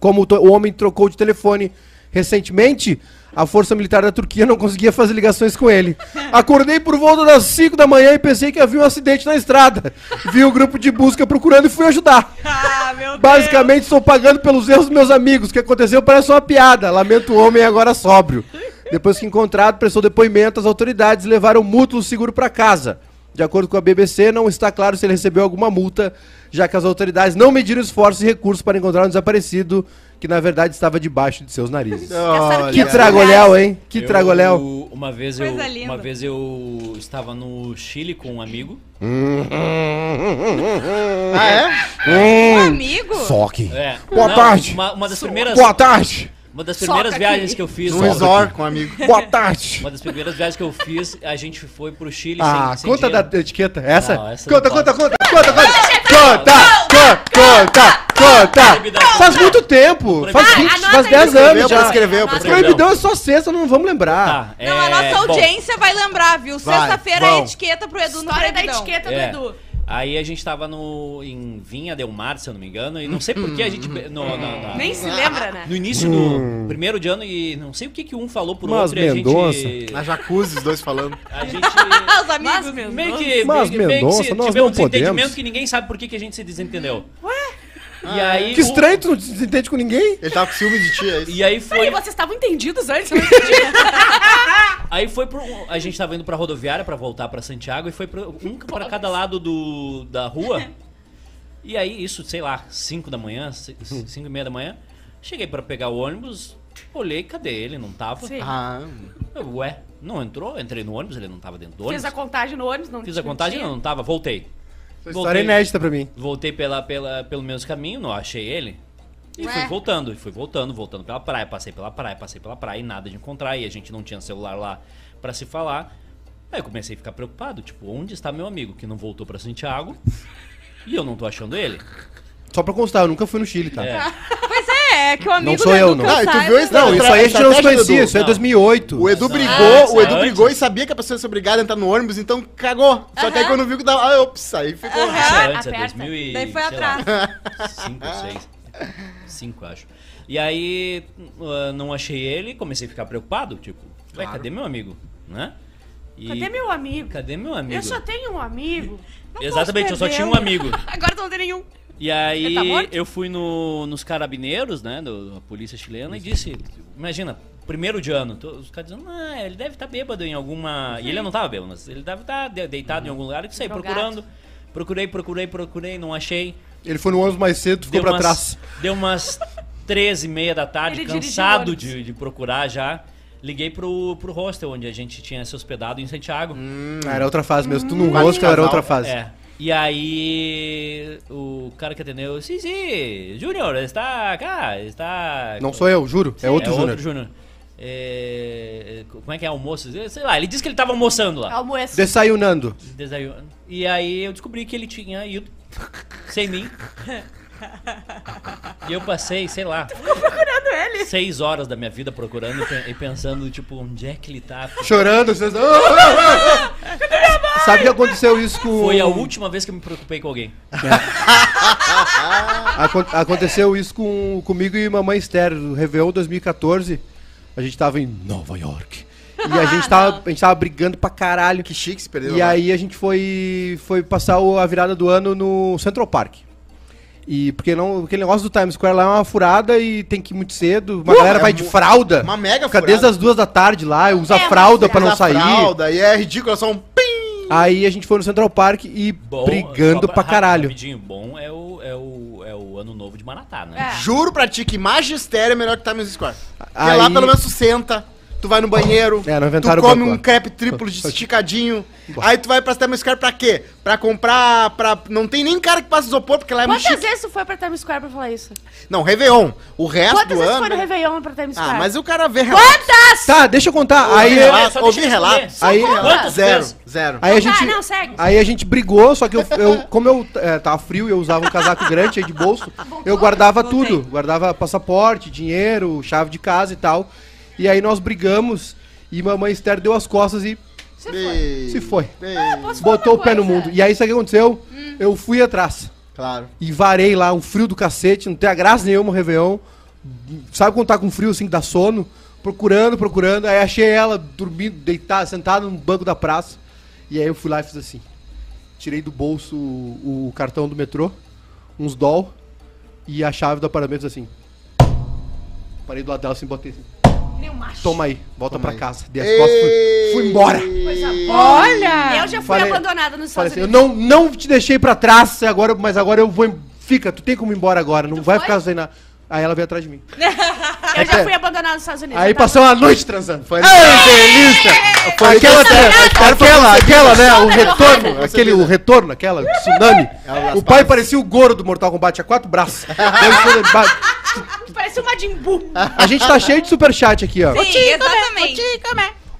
Como o to- o homem trocou de telefone recentemente, a Força Militar da Turquia não conseguia fazer ligações com ele. Acordei por volta das 5 da manhã e pensei que havia um acidente na estrada. Vi o grupo de busca procurando e fui ajudar.
Ah, meu
Basicamente, estou pagando pelos erros dos meus amigos. O que aconteceu parece uma piada. Lamento o homem agora sóbrio. Depois que encontrado, prestou depoimento às autoridades e levaram o mútuo seguro para casa. De acordo com a BBC, não está claro se ele recebeu alguma multa, já que as autoridades não mediram esforços e recursos para encontrar um desaparecido que, na verdade, estava debaixo de seus narizes.
Olha.
Que tragoléu, hein? Que
Eu-
tragoléu.
Uma vez, eu,
Coisa linda.
uma vez eu estava no Chile com um amigo.
Ah, é?
Hum.
Um amigo?
Soque.
É,
Boa tarde.
Uma, uma das primeiras,
Boa tarde.
uma das primeiras
Soca
viagens
aqui.
que eu fiz.
Num resort com um amigo.
Boa tarde.
Uma das primeiras viagens que eu fiz, a gente foi pro Chile
Ah,
sem, sem
conta
dinheiro.
da etiqueta. Essa?
Não, essa
conta,
não
conta,
pode.
conta, conta, conta, conta, conta, conta,
um Proibidão.
Faz muito tempo. Faz
Proibidão.
20,
anota
faz
aí.
10 anos
Escreveu,
é
já.
prescreveu,
Anota aí.
prescreveu.
Proibidão é só sexta, não vamos lembrar.
Tá,
Não, a nossa
bom,
audiência vai lembrar, viu?
Vai,
Sexta-feira a
vão.
etiqueta pro Edu no
História da
Proibidão.
etiqueta
É.
do Edu.
Aí a gente tava no, em Vinha Del Mar, se eu não me engano, e não sei por que a gente. be- No, na- na-
Nem se lembra, né?
no início do primeiro de ano, e não sei o que, que um falou pro
Hum. Mas
outro e a gente.
Na jacuzzi, os dois falando.
A gente.
Ah, os amigos.
Mas mesmo.
Meio que, meio,
Mas,
que- meio que
Mendonça,
se
nós
tivemos
não
um desentendimento
podemos.
que ninguém sabe por que, que a gente se desentendeu. Ué? E aí,
Que
o-
estranho, tu não se entende com ninguém?
Ele tava com ciúme de ti, é isso?
E aí foi,
Peraí, vocês estavam entendidos antes? né? Eu não entendi.
aí foi pro, a gente tava indo pra rodoviária pra voltar pra Santiago e foi pro, um para cada lado do, da rua. E aí isso, sei lá, 5 da manhã, 5 e meia da manhã, cheguei pra pegar o ônibus, olhei, cadê ele? Não tava.
Sim.
Ah,
Eu, ué, não entrou? Entrei no ônibus, ele não tava dentro do
Fiz
ônibus.
a contagem no ônibus, não
Fiz a
não
contagem,
tinha.
não, não tava, voltei.
História inédita pra mim.
Voltei pela, pela, pelo mesmo caminho, não achei ele. E
É.
fui voltando, e fui voltando, voltando pela praia, passei pela praia, passei pela praia e nada de encontrar. E a gente não tinha celular lá pra se falar. Aí eu comecei a ficar preocupado, tipo, onde está meu amigo que não voltou pra Santiago? E eu não tô achando ele.
Só pra constar, eu nunca fui no Chile, tá?
É.
Pois é, é que o amigo
sou
do
eu,
Edu
não. Ah,
que
Não, e tu
saiba-
viu a história?
Não, isso aí a gente não se conhecia, isso é
Não.
2008.
O Edu
Ah,
brigou,
isso
o
é
Edu
antes.
brigou e sabia que a pessoa ia ser obrigada a entrar no ônibus, então cagou. Só que aí quando viu que dava. Ah, ops, aí ficou.
Isso é antes, é
aperta.
2000 e,
Daí foi
sei lá, cinco, seis, cinco, acho. E aí, ah, não achei ele, comecei a ficar preocupado, tipo, ué, cadê meu amigo? Né? E-
Cadê meu amigo?
Cadê meu amigo?
Eu só tenho um amigo.
Exatamente, eu só tinha um amigo.
Agora tu não tem nenhum.
E
né? Ele tá
aí
morto?
eu fui no- nos carabineiros, né, do- da polícia chilena, e disse, imagina, primeiro de ano, to- os caras dizendo, ah, ele deve estar bêbado em alguma... E ele não tava bêbado, mas ele deve estar deitado em algum lugar, eu sei,
Drogado.
procurando, procurei, procurei, procurei, não achei.
Ele foi no ônibus mais cedo, ficou
Deu
pra
umas-
trás.
Deu umas 13 e meia da tarde,
Ele dirigiu
cansado
ônibus.
de, de procurar já, liguei pro, pro hostel, onde a gente tinha se hospedado em Santiago.
Ah, era outra fase mesmo, tu num
Quase
rosto era
casal.
outra fase.
Hum. É. E aí, o cara que atendeu, sim, sim, Júnior, está cá, está...
Não sou eu, juro, é outro Júnior.
Júnior. é, como é que é almoço? Sei lá, ele disse que ele tava almoçando lá.
Almoço.
Desaiunando.
Desayuno. E aí eu descobri que ele tinha ido sem mim. E eu passei, sei lá. Seis horas da minha vida procurando e pe- e pensando, tipo, onde é que ele tá?
Chorando. Vocês... Ah, ah, ah. Sabe que aconteceu isso com...
Foi a última vez que eu me preocupei com alguém.
Acon- aconteceu isso com, comigo e mamãe Esther, no Réveillon 2014. A gente tava em Nova York. E
Ah,
a gente tava, a gente tava brigando pra caralho.
Que chique né? se perdeu.
E
lá.
aí a gente foi, foi passar o- a virada do ano no Central Park. E porque não, aquele negócio do Times Square lá é uma furada e tem que ir muito cedo. Uma galera
é
vai de
mu-
fralda.
uma mega
Fica desde
furada.
as duas da tarde lá, usa
É, uma
fralda pra
Mas
não
a
sair.
Fralda, e é ridículo, é só um pim.
Aí a gente foi no Central Park e brigando
só
pra caralho.
Rapidinho, bom é o, é, o, é o ano novo de Maratá, né?
É.
Juro pra ti que magistério é melhor que Times Square. Porque
Aí-
lá pelo menos tu senta, tu vai no banheiro,
É, não
tu
inventaram o
come
banco
um
lá.
crepe triplo de esticadinho, aí tu vai pra Times Square pra quê? Pra comprar, pra... Não tem nem cara que passa isopor, porque
um
lá é muito
Quantas
chique.
vezes tu foi pra Times Square pra falar isso?
Não, Réveillon. O resto
Quantas
do
vezes tu
ano...
foi no Réveillon pra Times
Ah,
Square?
mas o cara vê relato.
Quantas?
Tá, deixa eu contar. aí
Ouvi
eu-
relato,
só
ouvi
deixa eu
relato.
responder.
aí,
Quantas
Zero,
vezes?
zero.
Aí a
Tá,
gente,
não, segue.
aí a gente brigou, só que eu, eu- como eu eh, tava frio e eu usava um casaco grande, cheio de bolso,
Tá
eu guardava
Voltei.
tudo. Guardava passaporte, dinheiro, chave de casa e tal. E aí nós brigamos e mamãe Esther deu as costas e
Você foi.
Bem,
se foi.
bem,
Posso falar
Botou o
uma
pé no
coisa? Hum.
mundo. E aí sabe o que aconteceu? Eu fui atrás
Claro.
e varei lá, um frio do cacete, não tem a graça nenhuma o Réveillon. Sabe quando tá com frio assim, que dá sono? Procurando, procurando. Aí achei ela dormindo, deitada, sentada num banco da praça. E aí eu fui lá e fiz assim. Tirei do bolso o, o cartão do metrô, uns doll e a chave do apartamento fiz assim. Parei do lado dela assim, botei assim.
Nem um macho.
Toma aí, volta
Toma
pra
aí.
casa. Dei as costas, fui, fui embora.
Coisa
é.
boa.
Olha!
Eu já fui
Falei-
abandonada nos
Falei
Estados
assim, eu
Unidos.
não, não te deixei pra trás, agora, mas agora eu vou. em- Fica, tu tem como ir embora agora, não
Tu
vai
foi?
ficar sem nada. Aí ela veio atrás de mim.
Eu já fui abandonada nos Estados Unidos.
É.
Tá?
Aí
eu tava-
passou uma noite transando. Foi
delícia! Foi
aquela, aquela, aquela, aquela, né? O
Solta,
retorno,
Giovanna.
aquele, o retorno, aquela, o tsunami.
Ela
O pai parecia o Goro do Mortal Kombat, a quatro braços. Dois por debaixo.
Parece uma Jimbu.
a gente tá cheio de superchat aqui, ó.
Sim, exatamente.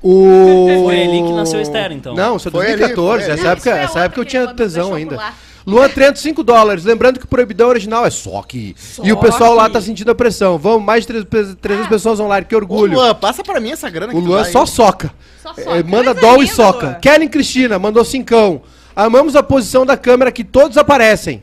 O...
Foi ali que nasceu o Esther, então.
Não, isso é
Foi ali,
2014.
foi ali.
Essa época,
Não, isso é
essa época eu
outra que
tinha
quando
tesão
deixou
ainda.
pular.
Luan, 305 dólares. Lembrando que o proibidão original é só aqui. E o pessoal lá tá sentindo a pressão. Vamos, mais de 300 300
Ah.
pessoas online. Que
Ô,
orgulho.
Luan, passa pra mim essa grana
O
tu
Luan
dá
só
aí.
soca.
Só
É,
soca.
manda
Coisa
doll e
linda,
soca.
Luan.
Kellen Cristina mandou cincão. Amamos a posição da câmera que todos aparecem.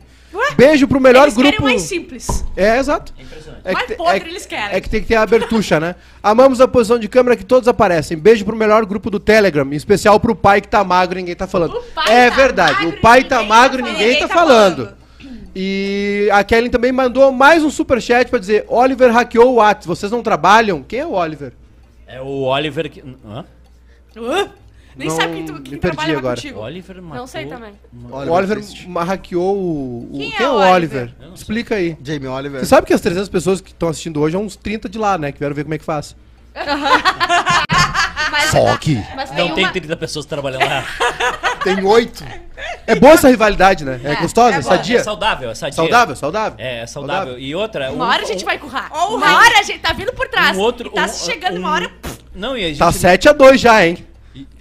Beijo pro melhor
Eles querem
grupo.
mais simples.
É, exato.
Impressionante.
É
Mais
te-
podre
é-
eles querem.
É que tem que ter a abertucha, né? Amamos a posição de câmera que todos aparecem. Beijo pro melhor grupo do Telegram, em especial pro pai que tá magro, e ninguém tá falando.
O pai
É
tá
verdade,
magro
o
e
pai
ninguém
tá
tá
magro, e
falando.
ninguém, tá falando. E a Kellen também mandou mais um superchat pra dizer: Oliver hackeou o Whats, vocês não trabalham? Quem é o Oliver?
É o Oliver que. Hã?
Hã? Nem
Não,
sabe quem, tu, quem
me perdi
trabalha
agora.
agora. contigo.
Oliver matou...
sei também.
o Oliver
Oliver Twist.
ma- hackeou o. o- Quem,
é
é o
o
Oliver?
Oliver?
Explica aí.
Jamie Oliver.
Você sabe que as 300 pessoas que estão assistindo hoje, é uns 30 de lá, né? Que vieram ver como é que faz.
Mas, tá-
Foque!
mas tá- tem
Não tem
uma...
30 pessoas trabalhando lá.
Tem oito.
É
tá.
boa essa rivalidade, né? É, gostosa,
é boa.
sadia.
É saudável, é sadia.
Saudável, saudável.
É, é saudável. E outra...
Uma hora a gente vai currar.
Ou
uma
vai-
hora a gente tá vindo por trás.
Um outro,
e tá
um-
chegando uma
um-
hora...
Não, e a gente...
Tá 7x2 já, hein?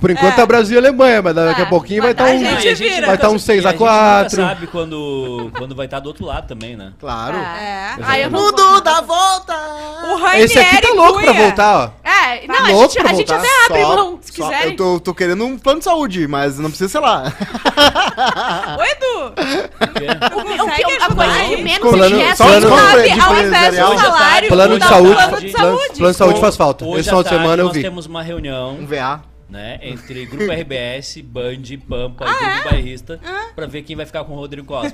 Por enquanto
É.
tá Brasil e Alemanha, mas daqui a
Ah,
pouquinho vai estar
vai dar
um.
gente.
é, e a gente
vira.
nunca
Vai tá um
sabe-
seis
e
a
gente nunca
quatro.
sabe quando, quando vai estar do outro lado também, né?
Claro.
Ah.
É.
Ai, eu não
Mundo
vou-
da volta!
O Rainieri
Esse aqui tá louco pra
Cunha.
voltar, ó.
É, não, a
louco
gente,
pra
a gente
voltar?
até abre mão, se
só-
quiserem.
Eu tô, tô querendo um plano de saúde, mas não precisa, sei lá.
Ô, Edu! é
Porque
O que- o que- a
Consegue
coisa
ajudar
que
aí?
menos
Plano-
enriquece
só
é
plano-
o
plano-
salário.
Sabe, ao invés do
Hoje
à
salário,
Plano de
dá um
saúde.
Plano de
Plano-
saúde.
Plano de saúde faz falta.
hoje
Esse final
à
de semana
tarde
eu
nós
vi.
temos uma
Um
reunião,
VA.
né, entre Grupo RBS, Band, Pampa e Grupo Bairrista, pra ver quem vai ficar com o Rodrigo Cosma.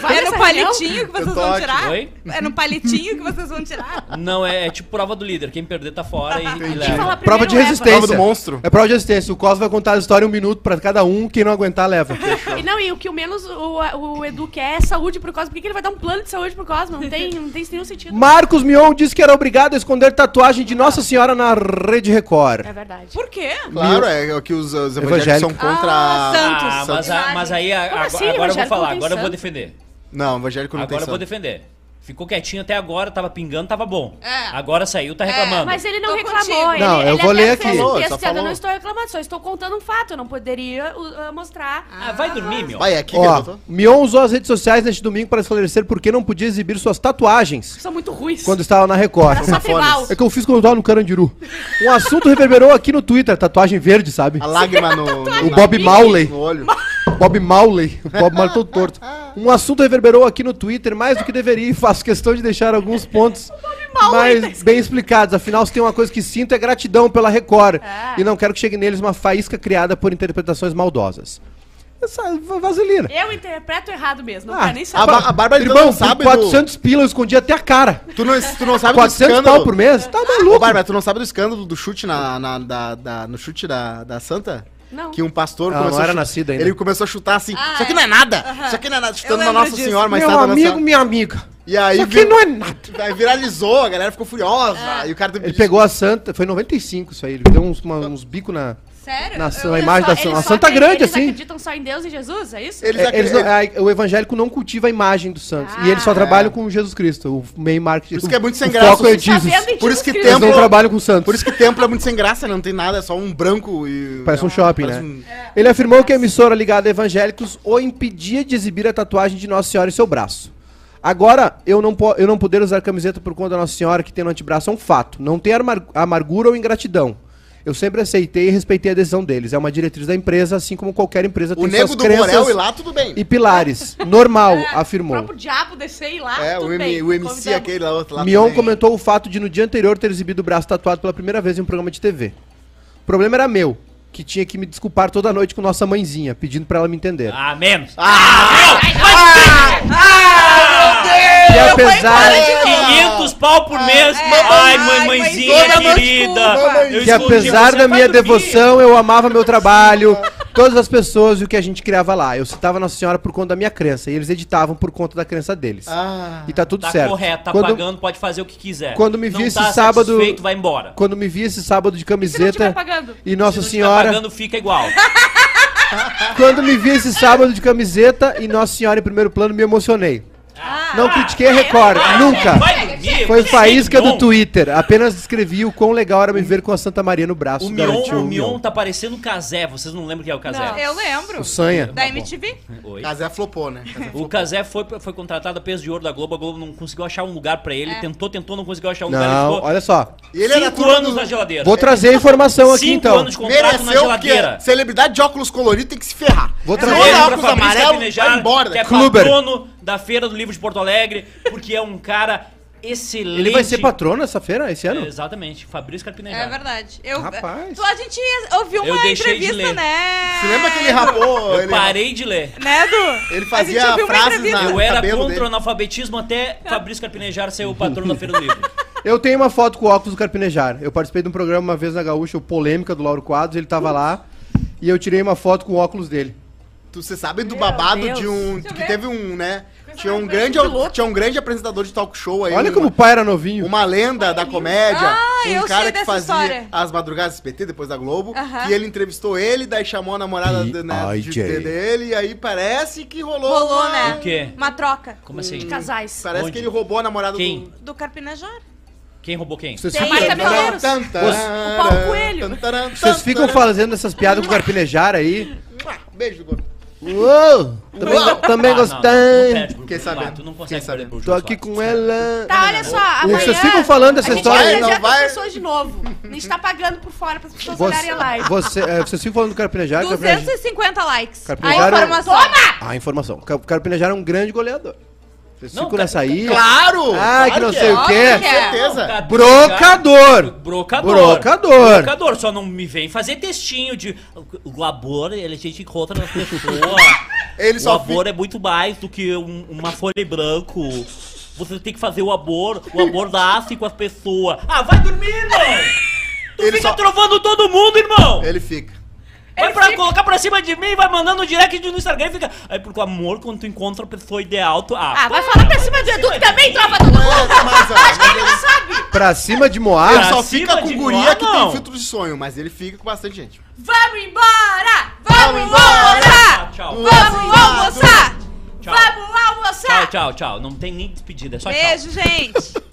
Vai
É no
nessa
palitinho que
Eu
vocês
tô
vão
ótimo.
tirar?
Oi?
É no palitinho que vocês vão tirar?
Não, é, é tipo prova do líder. Quem perder tá fora e, e
Entendi.
leva.
fala
Prova
primeiro
de
leva.
resistência.
Prova do monstro.
É prova de resistência. O Cosmo vai contar a história em um minuto pra cada um. Quem não aguentar, leva.
E não, e o que o menos o, o Edu quer é saúde pro Cosmo. Por que que ele vai dar um plano de saúde pro Cosmo? Não tem, não tem nenhum sentido.
Marcos Mion disse que era obrigado a esconder tatuagem de Nossa Senhora na Rede Record.
É verdade.
Por quê?
Claro, é o que os, os evangélicos
Evangélico.
são contra.
Ah, santo.
Ah, mas, a- mas aí a-
Como
agora-
assim,
agora eu vou
evangélico
falar,
não tem
agora eu vou
santo?
defender.
Não, evangélico não
Agora eu
tem
vou
santo.
defender. Ficou quietinho até agora, tava pingando, tava bom.
É.
Agora saiu, tá reclamando.
Mas ele não
Tô
reclamou.
contigo.
Ele,
Não, eu
ele
vou
até
ler aqui.
fez um
Falou,
texto
só
dizendo,
falou.
Eu não estou reclamando, só estou contando um fato. Eu não poderia uh, uh, mostrar.
Ah, vai dormir, meu.
Vai, é aqui que eu
Ó,
tô.
Mion usou as redes sociais neste domingo para esclarecer por que não podia exibir suas tatuagens
São muito ruins.
quando estava na Record.
Era só tribal.
É que eu fiz quando eu tava no Carandiru. Um assunto reverberou aqui no Twitter, tatuagem verde, sabe?
A lágrima no, no,
O Bob Mauley.
no olho.
Bob Mauley. O Bob Mauley todo torto. Um assunto reverberou aqui no Twitter mais do que deveria e faço questão de deixar alguns pontos mais bem explicados. Afinal, se tem uma coisa que sinto é gratidão pela Record. E não quero que chegue neles uma faísca criada por interpretações maldosas. Essa vaselina.
Eu interpreto errado mesmo. Não
Ah,
quero nem
A,
saber.
ba- a Bárbara então
Irmão,
não
por
sabe
400 pila eu escondi até a cara.
do... Tu não, tu não sabe
400 pau por mês? Tá
Ô,
maluco?
Bárbara, tu não sabe do escândalo do chute na, na- da- da- no chute da, da Santa?
Não.
Que um pastor
Ela Ah, não
a
era
chu-
nascida ainda.
Ele começou a chutar assim,
Ah,
isso aqui
é.
não é nada, isso aqui não é nada, chutando na
lembro
Nossa
disso.
Senhora, mas tá
Meu
tava
amigo,
lançando.
minha amiga.
E aí,
Isso aqui
vi-
não é nada.
aí viralizou, a galera ficou furiosa,
Ah.
e o cara teve
Ele
que-
pegou a santa, foi em 95 isso aí, ele deu uns, uma- uns bicos na...
Sério?
Na-
Eu-
na
eu
imagem
só-
da
ele
Uma
Eles
só-
só
santa
acre-
grande,
eles
assim.
acreditam só em Deus e Jesus, é isso?
Eles,
É, eles
acreditam-
não- a- o evangélico não cultiva a imagem dos santos.
Ah.
e eles só trabalham com Jesus Cristo, o meio marketing.
Por isso que é muito sem
o
graça,
foco é
assim,
Jesus.
Sabendo em
Por isso que
Eles
Jesus Cristo.
não
templo-
trabalham com santos.
Por isso que templo é muito sem graça, não tem nada, é só um branco e.
Parece um
é,
shopping,
parece
né?
um-
Ele afirmou que a emissora ligada a evangélicos o impedia de exibir a tatuagem de Nossa Senhora em seu braço. Agora, eu não, po- eu não poder usar camiseta por conta da Nossa Senhora que tem no antebraço é um fato. Não tem amar- amargura ou ingratidão. Eu sempre aceitei e respeitei a decisão deles. É uma diretriz da empresa, assim como qualquer empresa
O
tem
nego
suas
do Borel
crenças
e lá, tudo bem.
e pilares. Normal,
É, O
afirmou.
próprio diabo descer e lá.
é, o,
Ah, tudo
M-
bem,
o MC
convidamos.
aquele lá, outro lá.
Mion
também.
comentou o fato de no dia anterior ter exibido o braço tatuado pela primeira vez em um programa de TV. O problema era meu, que tinha que me desculpar toda noite com nossa mãezinha, pedindo pra ela me entender.
Ah, menos.
e apesar,
embora,
500 pau por mês.
é,
Ai,
ai,
mamãezinha
mãezinha,
querida.
desculpa.
eu
que
escondi
apesar
você,
da
vai
minha
dormir.
devoção, eu amava meu trabalho, todas as pessoas e o que a gente criava lá. Eu citava Nossa Senhora por conta da minha crença, e eles editavam por conta da crença deles.
Ah.
E tá tudo
Tá
certo.
correto, tá
quando,
pagando, pode fazer o que quiser.
quando me vi
Não
esse
tá
sábado-
satisfeito, vai embora.
quando me vi esse sábado de
Se não estiver
camiseta
pagando.
e
Se
Nossa
não tiver
Senhora.
pagando, fica igual.
Quando me vi esse sábado de camiseta e Nossa Senhora em primeiro plano, me emocionei. não critiquei a Record, nunca.
Ah. Vai dormir.
Foi
Esse
faísca é do
Mion.
Twitter. Apenas descrevi o quão legal era me ver com a Santa Maria no braço.
O Mion,
garantiu
o Mion tá parecendo o Kazé. Vocês não lembram quem é o Kazé?
Eu lembro.
O
Tá
Sanha.
Da MTV?
Oi.
Casé flopou, né? Casé
O Kazé foi, foi contratado a peso de ouro da Globo. A Globo não conseguiu achar um lugar pra ele. Tentou, tentou, não conseguiu achar um lugar.
Não, olha só.
E ele era
cinco
turma
anos
do-
na geladeira.
Vou trazer a informação aqui
cinco
então.
anos de contrato na
Mereceu,
geladeira.
porque celebridade de óculos coloridos tem que se ferrar.
Vou
Se não
trazer
olhar
Beijo pra
óculos
Fabrício
amarelo, vai
Capinejar,
embora.
que é
daqui.
Kluber.
patrono da Feira do Livro de Porto Alegre, porque é um cara excelente.
Ele vai ser patrono essa feira, esse
É.
ano?
Exatamente, Fabrício Carpinejar.
É verdade. Eu,
Rapaz.
Tu- a gente ia- ouviu
Eu
uma
deixei de
entrevista,
ler.
né?
Você lembra que ele rapou?
Eu
Ele,
parei de ler.
Né, Du?
ele
A gente
fazia
ouviu uma
frases
entrevista.
na
Eu
tá
no
era
cabelo
contra o
dele.
analfabetismo até Fabrício Carpinejar ser o patrono da Feira do Livro.
Eu tenho uma foto com o óculos do Carpinejar. Eu participei de um programa uma vez na Gaúcha, o Polêmica do Lauro Quadros, ele tava lá e eu tirei uma foto com o óculos dele.
Tu, você sabe do babado
Deus.
de um...
eu
Que
ver.
teve um, né?
Pensa
Tinha um,
num
grande,
grande piloto.
tinha um grande apresentador de talk show aí.
Olha
uma-
como o pai era novinho.
Uma lenda da comédia.
Ah, eu
um
sei
cara que
dessa
fazia
história.
as madrugadas do SPT, depois da Globo.
Aham.
E ele entrevistou ele, daí chamou a namorada do- né, de-
P.I.J..
de- dele. E aí parece que rolou.
Rolou,
uma-
né?
O quê?
Uma troca.
Como assim?
Casais.
Parece
Onde?
que ele roubou a namorada
Quem?
do.
Do Carpinejar.
Quem roubou quem?
Vocês
Tem
ficam,
mais também. Cabeleireiros.
Tan, tan, taran,
O Paulo Coelho.
tan, taran,
vocês
tan,
ficam
taran.
fazendo essas piadas com o Carpinejar aí?
Beijo, gordo.
Uou! Também,
Uau!
também
Ah, não,
gostei.
não, não perde pro
Quem
Bruno Suárez,
sabe?
Tu não
Quem
consegue
sabe?
perder pro
Tô
Júlio
aqui
Suárez.
com ela.
Tá, olha só,
O-
amanhã...
vocês ficam falando dessa
a gente
história
vai
aí,
não
é
elogiar
vai-
as pessoas de novo. A gente tá pagando por fora para as pessoas
Você,
olharem a live.
você, é, vocês ficam falando do Carpinejar? Carpinejar-
250 likes.
Carpinejar é um-
a informação.
A informação. O Car- Carpinejar é um grande goleador. Vocês
Não,
ficam
Car-
nessa aí.
Claro!
Ai,
claro
que não
é.
sei o
Óbvio
quê.
que é.
Certeza.
Brocador!
Brocador.
Brocador.
Brocador, só não me vem fazer textinho de. O labor, ele é gente encontra nas pessoas.
Ele
o
só
amor é muito mais do que um- uma folha em branco. Você tem que fazer o amor, o amor nasce com as pessoas. Ah, vai dormir, irmão! Tu
Ele
fica
só-
trovando todo mundo, irmão!
fica- Ele fica.
Vai pra colocar pra cima de mim, vai mandando um direct no Instagram e fica. Aí, porque o amor, quando tu encontra a pessoa ideal, tu. Ah,
Ah, vai falar pra cima do Edu que também tá trova todo mundo.
É, mas, ó,
Ele não sabe.
Pra cima de
ele
Moá.
Pra
só
cima
fica com
de
guria
nós,
que
não.
tem filtro de sonho, mas ele fica com bastante gente.
Vamos embora! Vamos
embora!
embora!
Tchau.
Vamos almoçar!
Tchau.
Vamos lá almoçar!
Tchau, tchau, tchau. Não tem nem despedida, é só tchau.
Beijo, gente.